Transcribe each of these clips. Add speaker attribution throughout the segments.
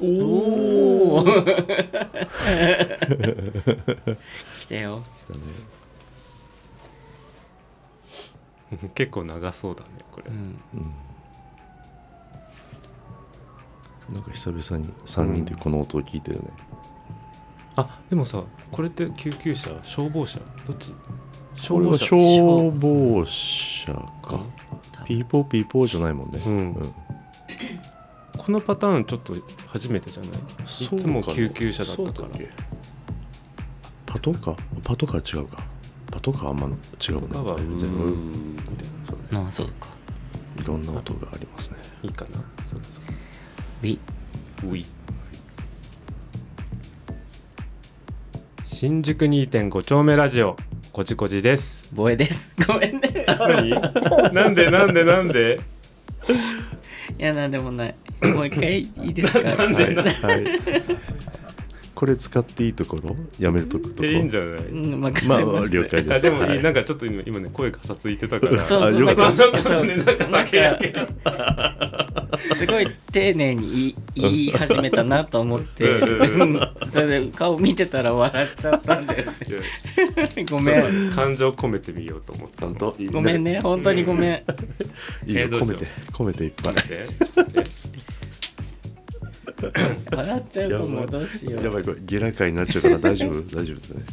Speaker 1: おお来たよ
Speaker 2: 来たね
Speaker 3: 結構長そうだねこれ、
Speaker 1: うん
Speaker 2: うんなんか久々に3人でこの音を聞いてるね、
Speaker 3: あでもさこれって救急車消防車どっち消
Speaker 2: こ
Speaker 3: 防
Speaker 2: れは
Speaker 3: 車
Speaker 2: 消防車か
Speaker 1: 多分
Speaker 2: ピーポーピーポーじゃないもんね、
Speaker 3: うんこのパターンちょっと初めてじゃないいつも救急車だったから
Speaker 2: そうっけパトカーパトカー違うかパトカーあんま違うね
Speaker 3: とかはうー
Speaker 2: 全然う
Speaker 3: ん
Speaker 2: ん
Speaker 3: みたいな
Speaker 2: そ
Speaker 1: まあそ
Speaker 2: うね
Speaker 1: うか
Speaker 2: いろんな音がありますね
Speaker 3: いいかなそうそ
Speaker 1: ウィ
Speaker 3: ううい新宿2.5丁目ラジオこじこじです
Speaker 1: ボエですごめんね
Speaker 3: 何 なんでなんでなんで
Speaker 1: いやなんでもないもう一回いいですか、
Speaker 3: なんでなんで
Speaker 2: はいこれ使っていいところやめるとことこ
Speaker 3: でいいんじゃないう
Speaker 1: ん任せ
Speaker 2: ま
Speaker 1: ます、
Speaker 2: あまあ了解で
Speaker 3: あ
Speaker 2: す
Speaker 3: でもいい、
Speaker 2: はい
Speaker 3: なんかちょっと今今ね声がさついてたから
Speaker 1: そうそうだ
Speaker 2: あ
Speaker 1: から
Speaker 3: そうそう
Speaker 1: そ
Speaker 3: そううねなんか
Speaker 1: なん
Speaker 3: 酒焼け
Speaker 1: かすごい丁寧に言い言い始めたなと思って
Speaker 3: うんうん
Speaker 1: それで顔見てたら笑っちゃったんだよね
Speaker 3: ちょっ
Speaker 1: ごめん
Speaker 3: と感情込めてみようと思った
Speaker 2: 本
Speaker 3: の
Speaker 2: 当いい
Speaker 1: ごめんね本当にごめん
Speaker 2: いいよ
Speaker 3: えどうし
Speaker 2: 込
Speaker 3: よう
Speaker 2: めて込めていっぱい
Speaker 3: 待って
Speaker 1: 笑っちゃうともうどうしよ
Speaker 2: やば
Speaker 1: う
Speaker 2: いこれゲラ界になっちゃうから大丈夫大丈夫だね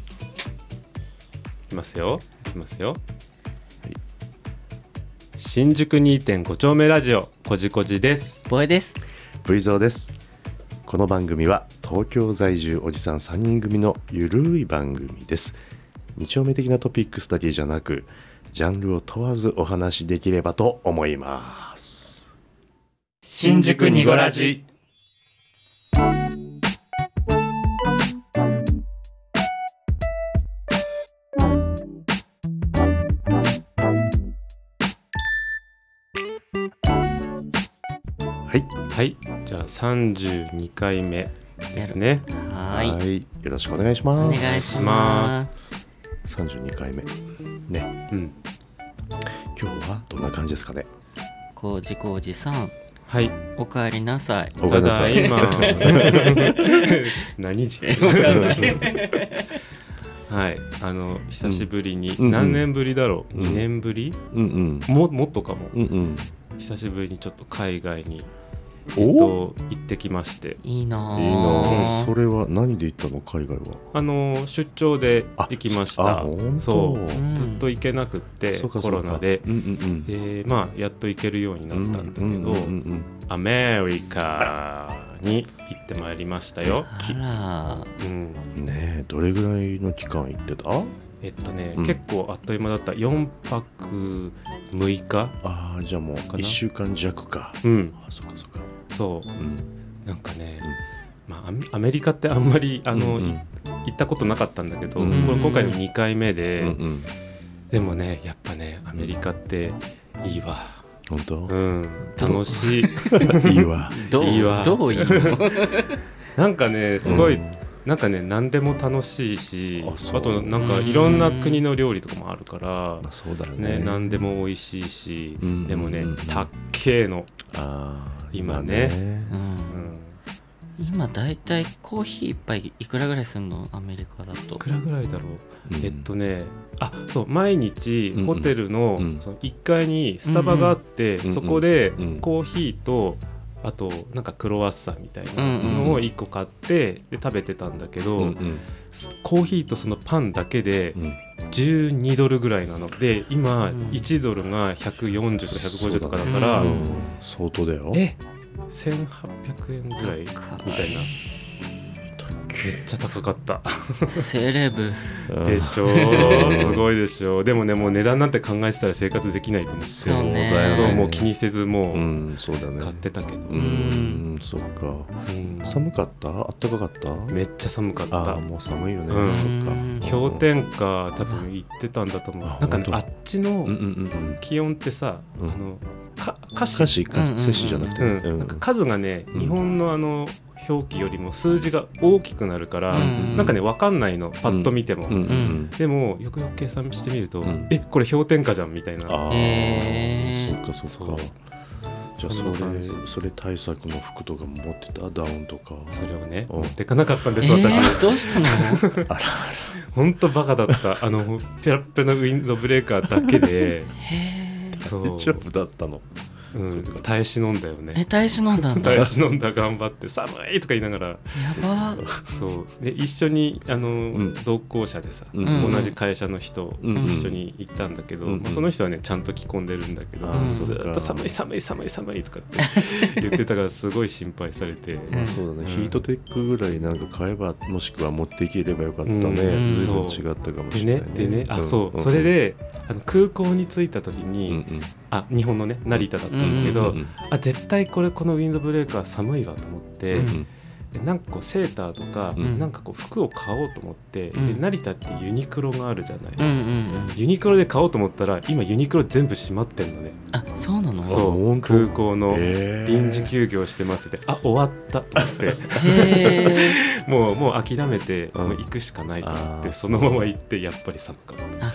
Speaker 3: いきますよ。いきますよ。新宿2.5丁目ラジオこじこじです。
Speaker 1: ボエです
Speaker 2: V ゾーですこの番組は東京在住おじさん3人組のゆるい番組です日丁目的なトピックスだけじゃなくジャンルを問わずお話しできればと思います
Speaker 1: 新宿にごラ
Speaker 3: ジ。
Speaker 2: はい
Speaker 3: はい。じゃあ32回目ですね。
Speaker 1: はーい
Speaker 2: よろしくお願いします
Speaker 1: お願いします
Speaker 2: 32回目ね
Speaker 3: うん。
Speaker 2: 今日はどんな感じですかね
Speaker 1: こうじこうじさん
Speaker 3: はい。
Speaker 1: おかえりなさい
Speaker 2: おかえりなさい
Speaker 3: ただ 今何時？はい。あの久しぶりに、
Speaker 2: うん
Speaker 3: 何年ぶりだろう。
Speaker 2: うん
Speaker 3: 2年ぶり？
Speaker 2: うんうん
Speaker 3: ももっとかも。
Speaker 2: うんうん
Speaker 3: 久しぶりにちょっと海外にえっ
Speaker 2: お
Speaker 3: と行ってきまして。
Speaker 1: いいなあ
Speaker 2: いいな
Speaker 3: あ
Speaker 2: あそれは何で行ったの海外は
Speaker 3: あの出張で行きました
Speaker 2: あ本。当
Speaker 3: そう。
Speaker 1: うん
Speaker 3: ずっと行けなくって、
Speaker 2: そうか
Speaker 3: コ
Speaker 2: そうか
Speaker 3: ロナで。
Speaker 2: うんうん
Speaker 3: でまあやっと行けるようにな
Speaker 2: うん
Speaker 3: ったんだけど、
Speaker 2: うんうんうん
Speaker 3: アメリカに行ってまいりましたよ、
Speaker 1: あ
Speaker 3: うん、
Speaker 2: うんねえどれぐらいの期間行ってた
Speaker 3: えっとね、
Speaker 2: うん
Speaker 3: 結構あっという間だった4泊6日
Speaker 2: あーじゃあもう
Speaker 3: な
Speaker 2: 1週間弱か
Speaker 3: うん
Speaker 2: あそっかそっか
Speaker 3: そ
Speaker 2: うん
Speaker 3: うなんかね、まあ、アメアメリカってあんまりあの、
Speaker 2: うんうん
Speaker 3: い行ったことなかったんだけど、
Speaker 2: うん
Speaker 3: これ今回の2回目で、
Speaker 2: うんうん
Speaker 3: でもねやっぱねアメリカっていいわ、
Speaker 2: 本当
Speaker 3: うん、楽しい
Speaker 2: いいわ
Speaker 1: らどう
Speaker 3: いいわ
Speaker 1: どういいの
Speaker 3: なんかねすごい、
Speaker 2: うん
Speaker 3: なんかね何でも楽しいし
Speaker 2: あそ
Speaker 3: あ
Speaker 2: う
Speaker 3: となんかいろんな国の料理とかもあるから
Speaker 2: まあ、そうだよ
Speaker 3: ね
Speaker 2: ね
Speaker 3: 何でも美味しいし、
Speaker 2: うん
Speaker 3: でもね、
Speaker 2: うん
Speaker 3: たっけえの、
Speaker 2: あー
Speaker 3: 今ね
Speaker 1: う
Speaker 3: うんん、
Speaker 1: 今大体コーヒー一杯いくらぐらいするのアメリカだと
Speaker 3: いくらぐらいだろう、
Speaker 2: うん
Speaker 3: えっとねあそう毎日
Speaker 2: うんうん
Speaker 3: ホテルの,、
Speaker 2: うん
Speaker 3: その1階にスタバがあって、
Speaker 2: んうん
Speaker 3: そこで
Speaker 2: うん
Speaker 3: コーヒーとあとなんかクロワッサンみたいなのを1個買ってで食べてたんだけど、
Speaker 2: うんうん
Speaker 3: コーヒーとそのパンだけで
Speaker 2: うん
Speaker 3: 12ドルぐらいなので今
Speaker 1: うん
Speaker 3: 1ドルが140とか150とかだから、
Speaker 1: う
Speaker 2: うんん相当だよ
Speaker 3: え1800円ぐらいみた
Speaker 1: 高い
Speaker 3: いなめっちゃ高かった
Speaker 1: セレブ
Speaker 2: うん
Speaker 3: でしょうすごいでしょうでもねもう値段なんて考えてたら生活できないと思う
Speaker 2: そう
Speaker 1: そうね
Speaker 2: だよ
Speaker 3: そう
Speaker 2: ね
Speaker 3: もう気にせずも
Speaker 2: う
Speaker 3: うん
Speaker 2: そうだね
Speaker 3: 買ってたけど、
Speaker 2: う
Speaker 1: うん
Speaker 2: んそっか
Speaker 3: うん
Speaker 2: 寒かったあったかかった
Speaker 3: めっちゃ寒かっ
Speaker 2: ああ
Speaker 3: た
Speaker 2: もう寒いよね、
Speaker 3: うん
Speaker 2: そっか
Speaker 1: うん
Speaker 3: 氷点下多分行ってたんだと思う
Speaker 2: あ
Speaker 3: なんかね
Speaker 2: 本当
Speaker 3: あっちの
Speaker 2: うんうんうんうん
Speaker 3: 気温ってさ、
Speaker 2: うん
Speaker 3: あのか歌詞
Speaker 2: 歌詞
Speaker 1: うんうんう
Speaker 2: か
Speaker 1: ん
Speaker 2: 摂氏じゃなくて、
Speaker 3: うん
Speaker 2: うん
Speaker 3: なんか数がね、
Speaker 2: うん
Speaker 3: 日本のあの表記よりも数字が大きくなるから、
Speaker 1: うん
Speaker 3: なんかね分かんないのパッと見ても、
Speaker 2: うんうんうん
Speaker 3: でもよくよく計算してみると、
Speaker 2: うん
Speaker 3: えこれ氷点下じゃんみたいな
Speaker 2: ああ、
Speaker 1: へー
Speaker 2: そっかそっかじ
Speaker 3: そ
Speaker 2: ゃあそ
Speaker 3: ん
Speaker 2: れ
Speaker 3: な感じ
Speaker 2: それ対策の服とかも持ってたダウンとか
Speaker 3: それをね
Speaker 2: うん
Speaker 3: 持ってかなかったん
Speaker 1: え
Speaker 3: です、私
Speaker 1: ー、どうしたの
Speaker 3: 本当バカだったあのペラッペラのウィンドブレーカーだけ で
Speaker 1: へー
Speaker 3: そう
Speaker 2: 大丈夫だったの
Speaker 3: うん、耐え忍んだよ
Speaker 1: え
Speaker 3: ね
Speaker 1: 大使飲んだんだ
Speaker 3: 耐
Speaker 1: や
Speaker 3: え忍んだ頑張って寒いとか言いながら
Speaker 1: ば
Speaker 3: そうで一緒にあの、
Speaker 2: ん
Speaker 3: 同行者でさ、
Speaker 1: うん
Speaker 3: 同じ会社の人、
Speaker 2: うん
Speaker 3: 一緒に行ったんだけど、
Speaker 2: うん
Speaker 3: まあ、その人はねちゃんと着込んでるんだけど、
Speaker 2: あ
Speaker 1: ー
Speaker 3: ず
Speaker 2: そうか
Speaker 3: ーっと寒い寒い寒い寒いとかって言ってたからすごい心配されて、
Speaker 1: ん
Speaker 2: そうだね、
Speaker 3: うん
Speaker 2: ヒートテックぐらいなんか買えばもしくは持っていければよかったね、
Speaker 3: うん
Speaker 2: 随分
Speaker 3: そう
Speaker 2: 違ったかも
Speaker 3: で
Speaker 2: し
Speaker 3: ね
Speaker 2: れないね
Speaker 3: でねあそう、
Speaker 2: ん
Speaker 3: それ、であの空港に着いた時
Speaker 2: う
Speaker 3: に、
Speaker 2: んうん
Speaker 3: あ日本のね成田だったんだけ
Speaker 2: う
Speaker 3: ど、
Speaker 2: ん
Speaker 3: あ絶対これこのウィンドブレーカー寒いわと思って、
Speaker 1: う
Speaker 2: うん
Speaker 3: でなんかこうセーターとか、
Speaker 2: うん
Speaker 3: なんかこう服を買おうと思って、
Speaker 1: うん
Speaker 3: で成田ってユニクロがあるじゃない、
Speaker 1: うんうんうん
Speaker 3: ユニクロで買おうと思ったら今ユニクロ全部閉まってんのね
Speaker 1: あそうなの
Speaker 2: そ
Speaker 3: そう
Speaker 2: 本当
Speaker 3: 空港の
Speaker 2: えー
Speaker 3: 臨時休業してますってあ終わったと思 って
Speaker 1: へえ
Speaker 3: もうもう諦めて、
Speaker 2: うん
Speaker 3: もう行くしかないと思っ
Speaker 2: あー
Speaker 3: てそのまま行ってやっぱり寒かった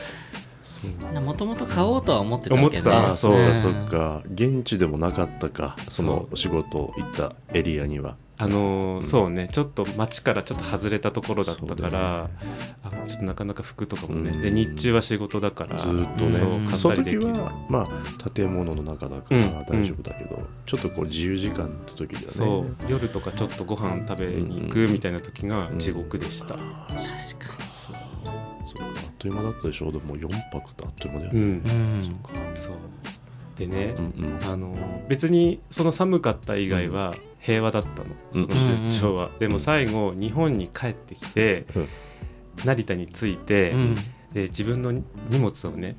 Speaker 2: そう
Speaker 1: もともと買おうとは思ってたけど、ね、
Speaker 3: 思ってた
Speaker 2: ああそうか、
Speaker 1: ん
Speaker 2: そうか現地でもなかったかその
Speaker 3: そ
Speaker 2: 仕事行ったエリアには
Speaker 3: あのー
Speaker 2: ん
Speaker 3: そうねちょっと街からちょっと外れたところだったから、あちょっとなかなか服とかもね、
Speaker 2: うん
Speaker 3: で日中は仕事だから
Speaker 2: ずーっとね
Speaker 3: そう
Speaker 1: うん
Speaker 2: そ
Speaker 3: 買
Speaker 2: の
Speaker 3: ったりで
Speaker 2: 時
Speaker 3: きず
Speaker 2: はまあ建物の中だから
Speaker 3: うん
Speaker 2: 大丈夫だけど、ちょっとこう自由時間って時だね
Speaker 3: そう夜とかちょっとご飯食べに行くみたいな時が地獄でした、
Speaker 1: 確か
Speaker 2: そうかあっという間だったでしょでも4泊ってあっという間だよ
Speaker 3: う
Speaker 2: ね、
Speaker 3: ん
Speaker 1: にうん
Speaker 3: そうでね、
Speaker 2: うんうん
Speaker 3: あの別にその寒かった以外は平和だったの、
Speaker 2: うん
Speaker 3: その出張は、でも最後日本に帰ってきて、
Speaker 2: うん
Speaker 3: 成田に着いて、
Speaker 1: うん
Speaker 3: で自分の荷物をね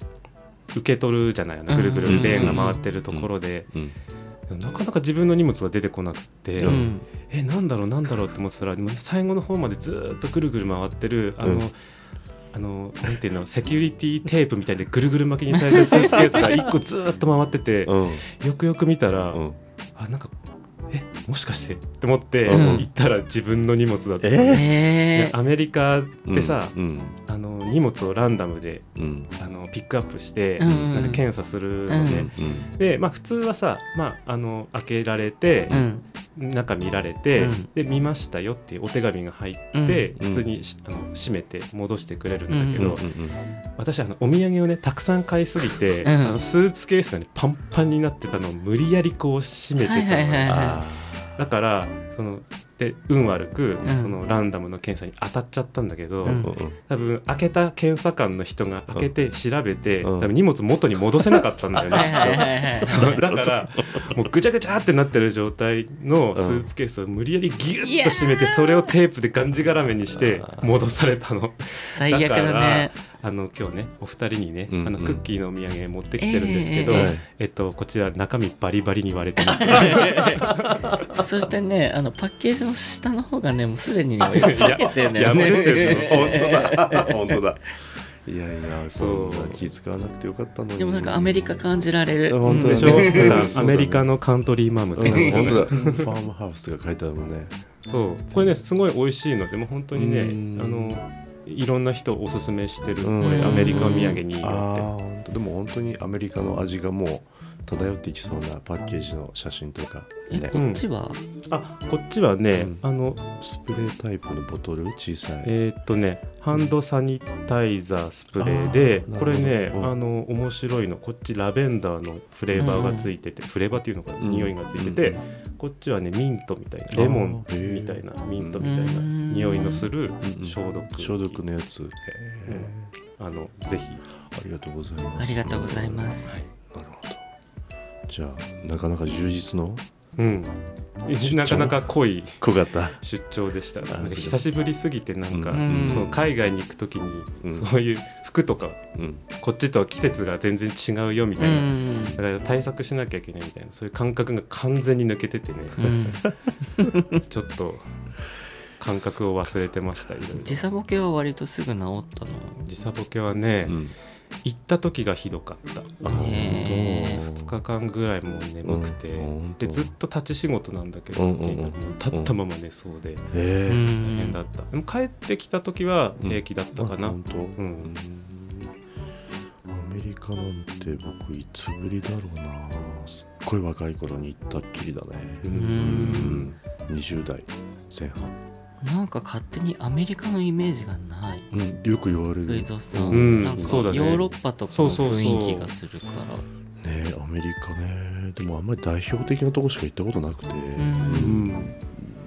Speaker 3: 受け取るじゃないあの
Speaker 1: うん
Speaker 3: ぐるぐるレーンが回ってるところで、
Speaker 2: うん
Speaker 3: なかなか自分の荷物が出てこなくて、
Speaker 1: うんうん
Speaker 3: えなんだろうなんだろうって思ってたらでも最後の方までずーっとぐるぐる回ってるあの、
Speaker 2: うん
Speaker 3: あのなんていうのセキュリティテープみたいでぐるぐる巻きにされたスーツケースが1個ずーっと回ってて、
Speaker 2: うん
Speaker 3: よくよく見たら、
Speaker 2: うん
Speaker 3: あなんかえもしかしてって思って、
Speaker 2: うん
Speaker 3: 行ったら自分の荷物だった、
Speaker 2: えー
Speaker 1: へ
Speaker 3: で
Speaker 1: え
Speaker 3: アメリカでさ、
Speaker 2: うん
Speaker 3: あの荷物をランダムで
Speaker 2: うん
Speaker 3: あのピックアップして、
Speaker 1: うんうん
Speaker 3: なんか検査するの
Speaker 2: う
Speaker 3: で、
Speaker 2: んうん
Speaker 3: でまあ、普通はさ、まあ、あの開けられて、
Speaker 1: うん
Speaker 3: 中見られて、
Speaker 1: うん
Speaker 3: で見ましたよっていうお手紙が入って、
Speaker 2: うん
Speaker 3: 普通にしあの閉めて戻してくれるんだけ
Speaker 2: うんうん
Speaker 3: ど、私あのお土産をねたくさん買いすぎて、
Speaker 1: うん
Speaker 3: あのスーツケースがねパンパンになってたのを無理やりこう閉めてたのよ、
Speaker 1: はいはいはい
Speaker 2: あ
Speaker 3: だからそので運悪く、
Speaker 1: うん
Speaker 3: そのランダムの検査に当たっちゃったんだけど、
Speaker 1: う
Speaker 2: ー
Speaker 1: ん
Speaker 2: うん うん
Speaker 3: 多分開けた検査官の人が開けて調べて、
Speaker 2: うん
Speaker 3: 多分荷物元に戻せなかったんだよね
Speaker 1: はいはいはいはい
Speaker 3: きっ とだからもうぐちゃぐちゃってなってる状態のスーツケースを無理やりギュッと締めてそれをテープでがんじがらめにして戻されたの。
Speaker 1: 最悪だね
Speaker 3: あの今日ねお二人にね、
Speaker 2: うんうん
Speaker 3: あのクッキーのお土産持ってきてるんですけど、
Speaker 1: え
Speaker 3: え
Speaker 1: ええ
Speaker 2: えええ
Speaker 3: っとこちら中身バリバリに割れ てます、ね、
Speaker 1: そしてねあのパッケージの下の方がねもうすでに避けてるんだよ
Speaker 3: やめてる
Speaker 1: ね
Speaker 2: 本当だ本当だいやいやそ
Speaker 3: そうん
Speaker 2: な気使わなくてよかったのに
Speaker 1: でもなんかアメリカ感じられる
Speaker 2: 本当
Speaker 3: で
Speaker 2: だ
Speaker 3: し
Speaker 2: ね
Speaker 3: ょ
Speaker 2: うん
Speaker 3: なん
Speaker 2: そうだ
Speaker 3: か
Speaker 2: ね
Speaker 3: アメリカのカントリーマムっ
Speaker 2: う
Speaker 3: て感
Speaker 2: ん
Speaker 3: じ
Speaker 2: 本当だファームハウスとか書いてあるもんね
Speaker 3: そうこれねすごい美味しいのでもう本当にね
Speaker 2: うん
Speaker 3: あのいろんな人おすすめしてるこ
Speaker 2: うん
Speaker 3: れアメリカ土産にいいよ
Speaker 2: ああ
Speaker 3: っ
Speaker 2: 本当でも本当にアメリカの味がもう漂っていきそうなパッケージの写真とか
Speaker 1: え
Speaker 2: ね
Speaker 1: こっちは
Speaker 3: てあこっちはね、
Speaker 2: うん
Speaker 3: あの
Speaker 2: スプレータイプのボトル小さい、
Speaker 3: えーっとねハンドサニタイザースプレーで
Speaker 2: あーな
Speaker 3: こ
Speaker 2: るほど
Speaker 3: れね、
Speaker 2: うん
Speaker 3: あの面白いのこっちラベンダーのフレーバーがついてて、フレーバーっていうのかな、
Speaker 2: うん
Speaker 3: 匂いがついてて、
Speaker 2: うん
Speaker 3: こっちはねミントみたいなレモン
Speaker 2: あーへー
Speaker 3: みたいなミントみたいな
Speaker 1: うん
Speaker 3: 匂いのする
Speaker 2: うん
Speaker 3: 消毒液
Speaker 2: 消毒のやつへえ、
Speaker 3: あのぜひ
Speaker 2: ありがとうございます
Speaker 1: ありがとうございます
Speaker 2: なるほどじゃあなかなか充実の
Speaker 3: うん
Speaker 2: 出張
Speaker 3: なかなか濃い
Speaker 2: 小型
Speaker 3: 出張でしたね
Speaker 2: なるほど
Speaker 3: 久しぶりすぎてなんか、
Speaker 1: うん
Speaker 3: その海外に行く時に、
Speaker 2: うん
Speaker 3: そういう服とか
Speaker 2: うん
Speaker 3: こっちとは季節が全然違うよみ
Speaker 1: う
Speaker 3: たいな、
Speaker 1: ん
Speaker 3: だから対策しなきゃいけないみたいなそういう感覚が完全に抜けててね、
Speaker 1: うん
Speaker 3: ちょっと感覚を忘れてましたいろいろ
Speaker 1: 時差ボケは割とすぐ治ったの
Speaker 3: 時差ボケはね、
Speaker 2: うん
Speaker 3: 行った時がひどかった
Speaker 2: あ
Speaker 1: へー
Speaker 2: 本当
Speaker 3: 2日間ぐらいもう眠くて、
Speaker 2: うん本当
Speaker 3: でずっと立ち仕事なんだけど、
Speaker 2: うんうんうん
Speaker 3: もう立ったまま寝そうで
Speaker 2: へえ
Speaker 1: う
Speaker 3: 大変
Speaker 1: ん
Speaker 3: だった、でも帰ってきた時は平気だったかな、
Speaker 2: あ本当
Speaker 3: う
Speaker 2: うんんアメリカなんて僕いつぶりだろうなごい若い頃に行ったっきりだね
Speaker 3: う
Speaker 1: うー
Speaker 3: ん
Speaker 1: ん
Speaker 2: うん20代前半
Speaker 1: なんか勝手にアメリカのイメージがない
Speaker 2: うん、よく言われ
Speaker 1: ルイ
Speaker 2: る。
Speaker 1: ゾさん、
Speaker 3: うん
Speaker 1: なんかヨ
Speaker 3: そうだね
Speaker 1: ーロッパとか
Speaker 3: そう
Speaker 1: の
Speaker 3: そうそう
Speaker 1: 雰囲気がするから
Speaker 2: ねアメリカね。でもあんまり代表的なとこしか行ったことなく
Speaker 1: ん
Speaker 2: て。
Speaker 3: うん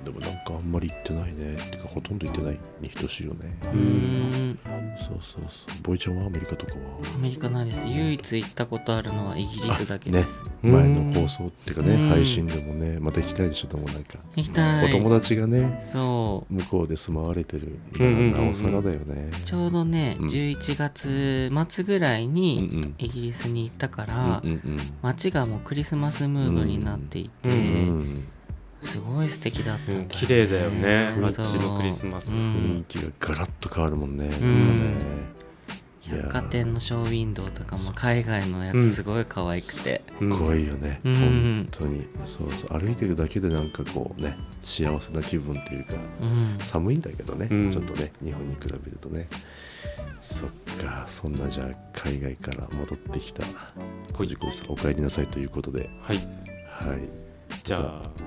Speaker 2: でもなんかあんまり行ってないね。てかほとんど行ってないに等しいよね。
Speaker 1: うーん
Speaker 2: そうそうそう。ボイちゃんはアメリカとかは
Speaker 1: アメリカないです唯一行ったことあるのはイギリスだけで
Speaker 2: ね
Speaker 1: す、。
Speaker 3: うん
Speaker 2: 前の放送っていうかね、
Speaker 1: うん
Speaker 2: 配信でもね、また行きたいでしょ、でもなんか。
Speaker 1: 行きたい
Speaker 2: お友達がね、
Speaker 1: そ
Speaker 2: 向こうで住まわれてる。
Speaker 3: うんうんうん
Speaker 2: なおさらだよね。
Speaker 1: うちょうどね、
Speaker 2: うん
Speaker 1: 11月末ぐらい
Speaker 2: うんうん
Speaker 1: にイギリスに行ったから、
Speaker 2: うんうん
Speaker 1: 街がもうクリスマスムードになっていて、
Speaker 3: うん
Speaker 2: うん。
Speaker 3: ね
Speaker 2: うん
Speaker 1: すごい素敵だったんだよね、
Speaker 3: うん綺麗だよね
Speaker 1: そう
Speaker 3: 街のクリスマス
Speaker 1: う
Speaker 2: 雰囲
Speaker 1: ん、
Speaker 2: 気がガラッと変わるもんね。なんかねいやー
Speaker 1: 百貨店のショーウィンドウとかも海外のや
Speaker 3: うん
Speaker 1: つすごい可愛くて、
Speaker 3: うん
Speaker 2: 怖いよね、
Speaker 1: うん
Speaker 2: 本当にそうそう歩いてるだけでなんかこうね幸せな気分っていうか
Speaker 1: うん
Speaker 2: 寒いんだけどね、
Speaker 3: うん
Speaker 2: ちょっとね日本に比べるとねそっかそんなじゃあ海外から戻ってきた小路君さんお帰りなさいということで、
Speaker 3: はい
Speaker 2: はい
Speaker 3: じゃあ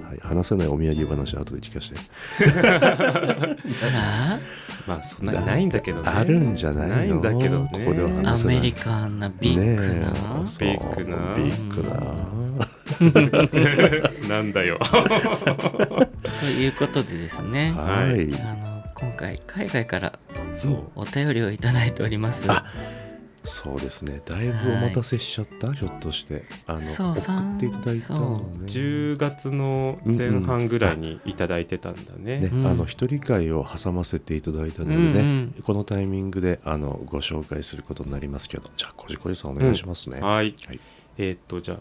Speaker 2: はい、話せないお土産話後で聞かせて
Speaker 1: あ
Speaker 3: まあそんなにないんだけどね
Speaker 2: あるんじゃないの
Speaker 3: ないんだけどね
Speaker 2: ここでは話せ
Speaker 1: ら
Speaker 2: ない
Speaker 1: アメリカンなビッグな、
Speaker 2: ねえそう
Speaker 3: ビッグな
Speaker 2: ビッグな
Speaker 3: なんだ よ
Speaker 1: ということでですねあ
Speaker 2: はい、
Speaker 1: の今回海外から
Speaker 2: そう
Speaker 1: お便りをいただいております
Speaker 2: そうですねだいぶお待たせしちゃった、ひょっとしてあの
Speaker 1: そう
Speaker 2: 送っていただいたのね
Speaker 3: 10月の前半ぐらいにいただいてたんだね
Speaker 2: ね、
Speaker 1: うん
Speaker 2: あの一人会を挟ませていただいたのでね、
Speaker 1: うんうん
Speaker 2: このタイミングであのご紹介することになりますけどじゃあこじこじさんお願いしますね、は
Speaker 3: はい、
Speaker 2: はい
Speaker 3: えーっとじゃあ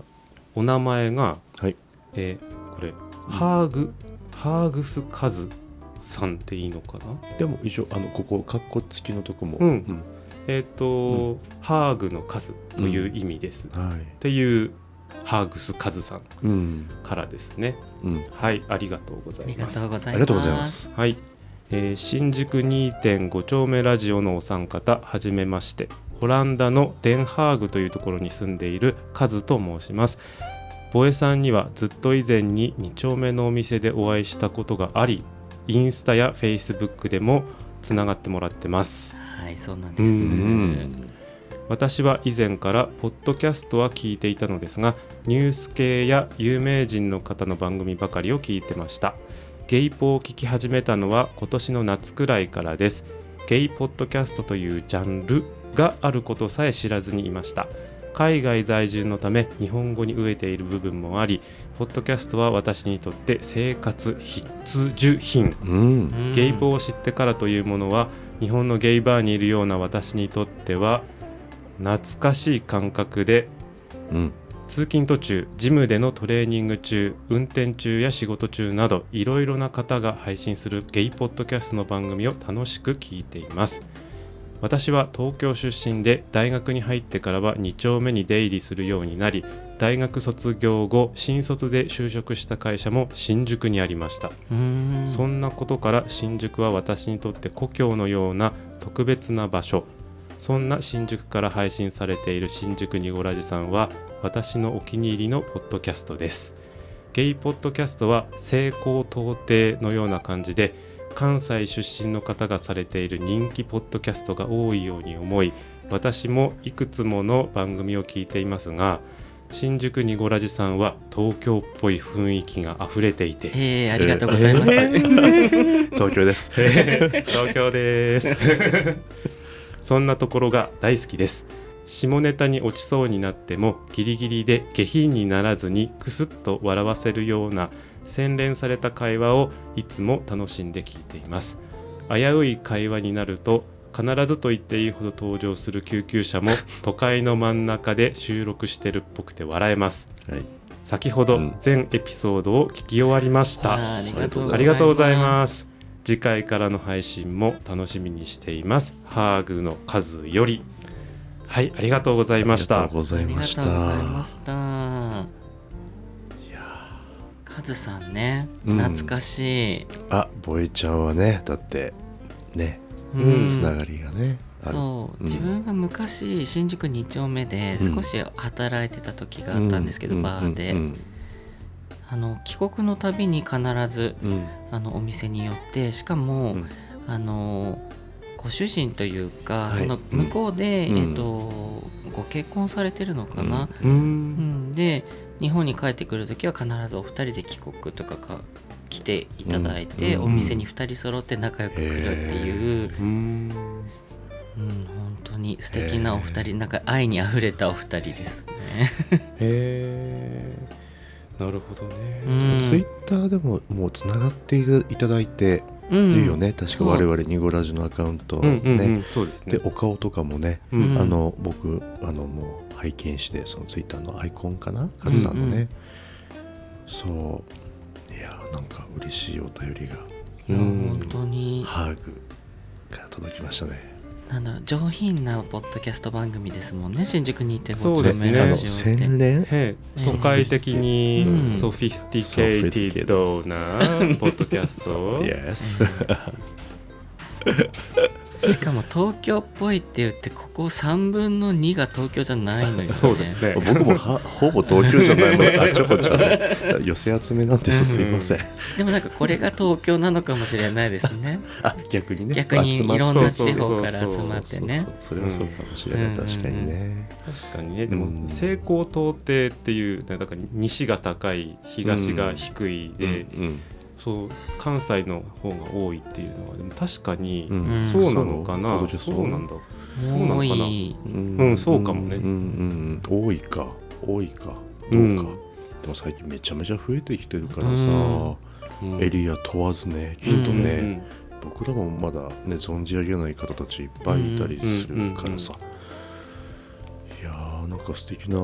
Speaker 3: お名前が、
Speaker 2: い
Speaker 3: えーこれハーグハーグスカズさんっていいのかな
Speaker 2: でも一応あのここカッコ付きのとこも、
Speaker 3: うん
Speaker 2: ん
Speaker 3: えーっと、ハーグの数という意味です、っ
Speaker 2: はい
Speaker 3: ていうハーグスカズさん
Speaker 2: うん
Speaker 3: からですね
Speaker 2: うん
Speaker 3: はいありがとうござ
Speaker 1: あ
Speaker 3: い
Speaker 1: りが
Speaker 3: ます
Speaker 1: とうございます
Speaker 2: ありがとうございます
Speaker 3: はい、えー新宿2.5丁目ラジオのお三方はじめましてオランダのデンハーグというところに住んでいるカズと申しますボエさんにはずっと以前に2丁目のお店でお会いしたことがありインスタやフェイスブックでもつながってもらってます
Speaker 1: はいそうなんです、
Speaker 3: うん
Speaker 2: うん
Speaker 3: 私は以前からポッドキャストは聞いていたのですがニュース系や有名人の方の番組ばかりを聞いてましたゲイポを聞き始めたのは今年の夏くらいからですゲイポッドキャストというジャンルがあることさえ知らずにいました海外在住のため日本語に飢えている部分もありポッドキャストは私にとって生活必需品
Speaker 2: うん
Speaker 1: うん
Speaker 3: ゲイポを知ってからというものは日本のゲイバーにいるような私にとっては懐かしい感覚で
Speaker 2: うん
Speaker 3: 通勤途中ジムでのトレーニング中運転中や仕事中などいろいろな方が配信するゲイポッドキャストの番組を楽しく聞いています私は東京出身で大学に入ってからは2丁目に出入りするようになり大学卒業後新卒で就職した会社も新宿にありました
Speaker 1: うん
Speaker 3: そんなことから新宿は私にとって故郷のような特別な場所そんな新宿から配信されている新宿にごらじさんは私のお気に入りのポッドキャストですゲイポッドキャストは成功到底のような感じで関西出身の方がされている人気ポッドキャストが多いように思い私もいくつもの番組を聞いていますが新宿にごらじさんは東京っぽい雰囲気があふれていて
Speaker 1: えーありがとうございます、
Speaker 3: えー
Speaker 2: 東京です
Speaker 3: 東京です。そんなところが大好きです。下ネタに落ちそうになってもギリギリで下品にならずにクスッと笑わせるような洗練された会話をいつも楽しんで聞いています。危うい会話になると必ずと言っていいほど登場する救急車も都会の真ん中で収録してるっぽくて笑えます。
Speaker 2: はい
Speaker 3: 先ほど
Speaker 2: うん
Speaker 3: 全エピソードを聞き終わりました。
Speaker 1: あーありがとうございます
Speaker 3: ありがとうございます。次回からの配信も楽しみにしています。ハーグの数より。はい、ありがとうございまし
Speaker 2: あり
Speaker 3: た
Speaker 2: がとう。ご
Speaker 1: あ
Speaker 2: ざい
Speaker 1: りが
Speaker 2: まし
Speaker 1: とうございま
Speaker 2: た
Speaker 1: した。カズさんね、
Speaker 2: うん
Speaker 1: 懐かしい。
Speaker 2: あボイちゃんはねだってね
Speaker 1: う
Speaker 3: うん
Speaker 2: つながりがね、ある
Speaker 1: そう、
Speaker 2: うん
Speaker 1: 自分が昔新宿2丁目で
Speaker 2: うん
Speaker 1: 少し働いてた時があったんですけど、
Speaker 2: う
Speaker 1: バーで、
Speaker 2: うん
Speaker 1: あの帰国のたびに必ず
Speaker 2: うんうん
Speaker 1: あのお店に寄ってしかも、
Speaker 2: うん
Speaker 1: あのご主人というか、
Speaker 2: はい
Speaker 1: その向こうで、
Speaker 2: うん
Speaker 1: えっとご結婚されてるのかな、
Speaker 3: う
Speaker 1: うん
Speaker 3: ん
Speaker 1: で日本に帰ってくる時は必ずお二人で帰国とかか来ていただいて、
Speaker 2: うん
Speaker 1: お店に二人揃って仲良く来るっていう、
Speaker 3: うん
Speaker 1: うん、本当に素敵なお二人なんか愛にあふれたお二人ですね。
Speaker 3: へえなるほどね、
Speaker 1: うん
Speaker 2: ツイッターでももうつながっていただいているよね、確か
Speaker 1: そう
Speaker 2: 我々ニゴラジのアカウント
Speaker 3: うんう
Speaker 2: ね、
Speaker 3: んうんそうですね
Speaker 2: でお顔とかもね、
Speaker 3: うん
Speaker 1: うん
Speaker 2: あの僕あのもう拝見してそのツイッターのアイコンかなカズさんのね、そういやーなんか嬉しいお便りが
Speaker 1: うん。
Speaker 3: うん
Speaker 1: 本当に
Speaker 2: ハーグから届きましたね
Speaker 1: なんだろう上品なポッドキャスト番組ですもんね新宿にいても
Speaker 3: そうですね
Speaker 1: ダ
Speaker 2: あ
Speaker 1: メラ
Speaker 2: の
Speaker 1: ジオって
Speaker 2: 洗練
Speaker 3: へえ
Speaker 1: ソ
Speaker 3: 都
Speaker 1: フィスティ
Speaker 3: 会的
Speaker 1: う
Speaker 3: に
Speaker 1: ん
Speaker 3: ソフィスティケイティドなポッドキャスト
Speaker 2: Yes
Speaker 1: しかも東京っぽいって言ってここ3分の2が東京じゃないのよね
Speaker 3: そうですね
Speaker 2: 僕もはほぼ東京じゃない のあちょこちょこね寄せ集めなんですすいません、
Speaker 1: でもなんかこれが東京なのかもしれないですね
Speaker 2: あ逆 にね
Speaker 1: 逆にいろんな地方から
Speaker 3: 集
Speaker 1: 集まってね
Speaker 2: そうそうそうそれはそうかもしれない、
Speaker 1: うん
Speaker 2: 確かにね、
Speaker 3: 確かにねで
Speaker 2: うん
Speaker 3: も西高東低っていうだから西が高い東が低いで、
Speaker 2: うん
Speaker 3: そう関西の方が多いっていうのはでも確かに、
Speaker 2: うん
Speaker 1: うん
Speaker 3: そうなのかな、
Speaker 2: そう
Speaker 3: そうなんだそうなの
Speaker 1: 多
Speaker 3: かな
Speaker 1: いう
Speaker 3: うんそうかもね
Speaker 2: うんうんうん多いか多いかどうか、
Speaker 3: うん
Speaker 2: でも最近めちゃめちゃ増えてきてるからさ、
Speaker 1: うん
Speaker 2: エリア問わずねきっと
Speaker 1: うん
Speaker 2: ね、僕らもまだね存じ上げない方たちいっぱいいたりするからさ、いやーなんか素敵な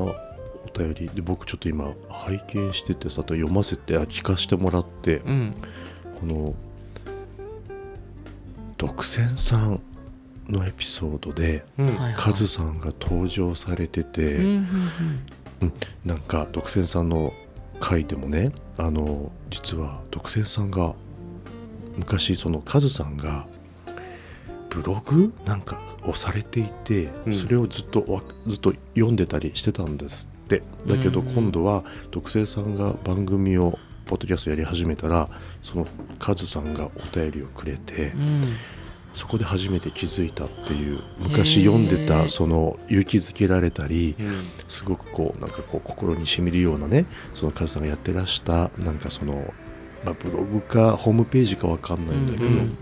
Speaker 2: お便りで僕ちょっと今拝見しててさ読ませてあ聞かせてもらって、
Speaker 1: うん
Speaker 2: この独占さんのエピソードで
Speaker 3: うんうん
Speaker 1: はいはい
Speaker 2: カズさんが登場されてて、
Speaker 1: うんうん
Speaker 2: なんか独占さんの回でもねあの実は独占さんが昔そのカズさんがブログなんかをされていて、
Speaker 3: うん
Speaker 2: それをずっとわずっと読んでたりしてたんですってだけど
Speaker 1: うん
Speaker 2: 今度は独占さんが番組をポッドキャストやり始めたらそのカズさんがお便りをくれて、
Speaker 1: うん
Speaker 2: そこで初めて気づいたってい
Speaker 1: へ
Speaker 2: う昔
Speaker 1: ー
Speaker 2: 読んでたその勇気づけられたり、
Speaker 3: うん
Speaker 2: すごくこうなんかこう心にしみるようなねそのカズさんがやってらしたなんかその、まあ、ブログかホームページかわかんないんだけど、
Speaker 1: うんうん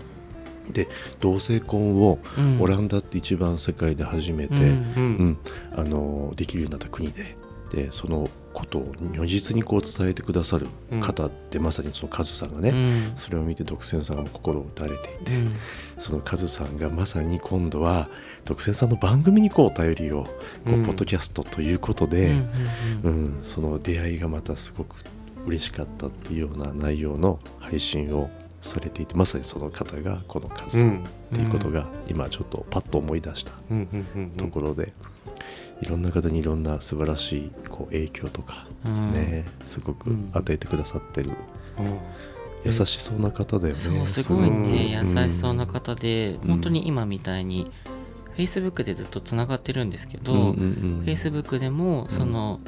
Speaker 2: 同性婚を
Speaker 1: うん
Speaker 2: オランダって一番世界で初めて、
Speaker 1: う
Speaker 2: う
Speaker 1: ん
Speaker 2: ん
Speaker 3: うん
Speaker 2: あのできるようになった国ででそのことを如実にこう伝えてくださる方って、まさにそのカズさんがね、
Speaker 1: うん
Speaker 2: それを見て独占さんが心を打たれていて、
Speaker 1: うん
Speaker 2: そのカズさんがまさに今度は独占さんの番組にこう頼りをこう、
Speaker 3: うん
Speaker 2: ポッドキャストということ
Speaker 1: うん
Speaker 2: で。
Speaker 1: う
Speaker 2: うんん、その出会いがまたすごく嬉しかったっていうような内容の配信をされていてまさにその方がこの数
Speaker 3: う
Speaker 2: っ
Speaker 3: ん
Speaker 2: ていうことが今ちょっとパッと思い出した
Speaker 3: うんうんうん
Speaker 2: ところで、いろんな方にいろんな素晴らしいこう影響とか、
Speaker 1: うん
Speaker 2: ねすごく
Speaker 3: うん
Speaker 2: 与えてくださってる
Speaker 3: うん
Speaker 2: 優しそうな方だよね。
Speaker 1: そうすごいね
Speaker 2: すごい
Speaker 1: 優しそうな方で、
Speaker 2: うん
Speaker 1: 本当に今みたいに Facebook でずっとつながってるんですけど、
Speaker 2: うんうんうんうん
Speaker 1: Facebook でもその、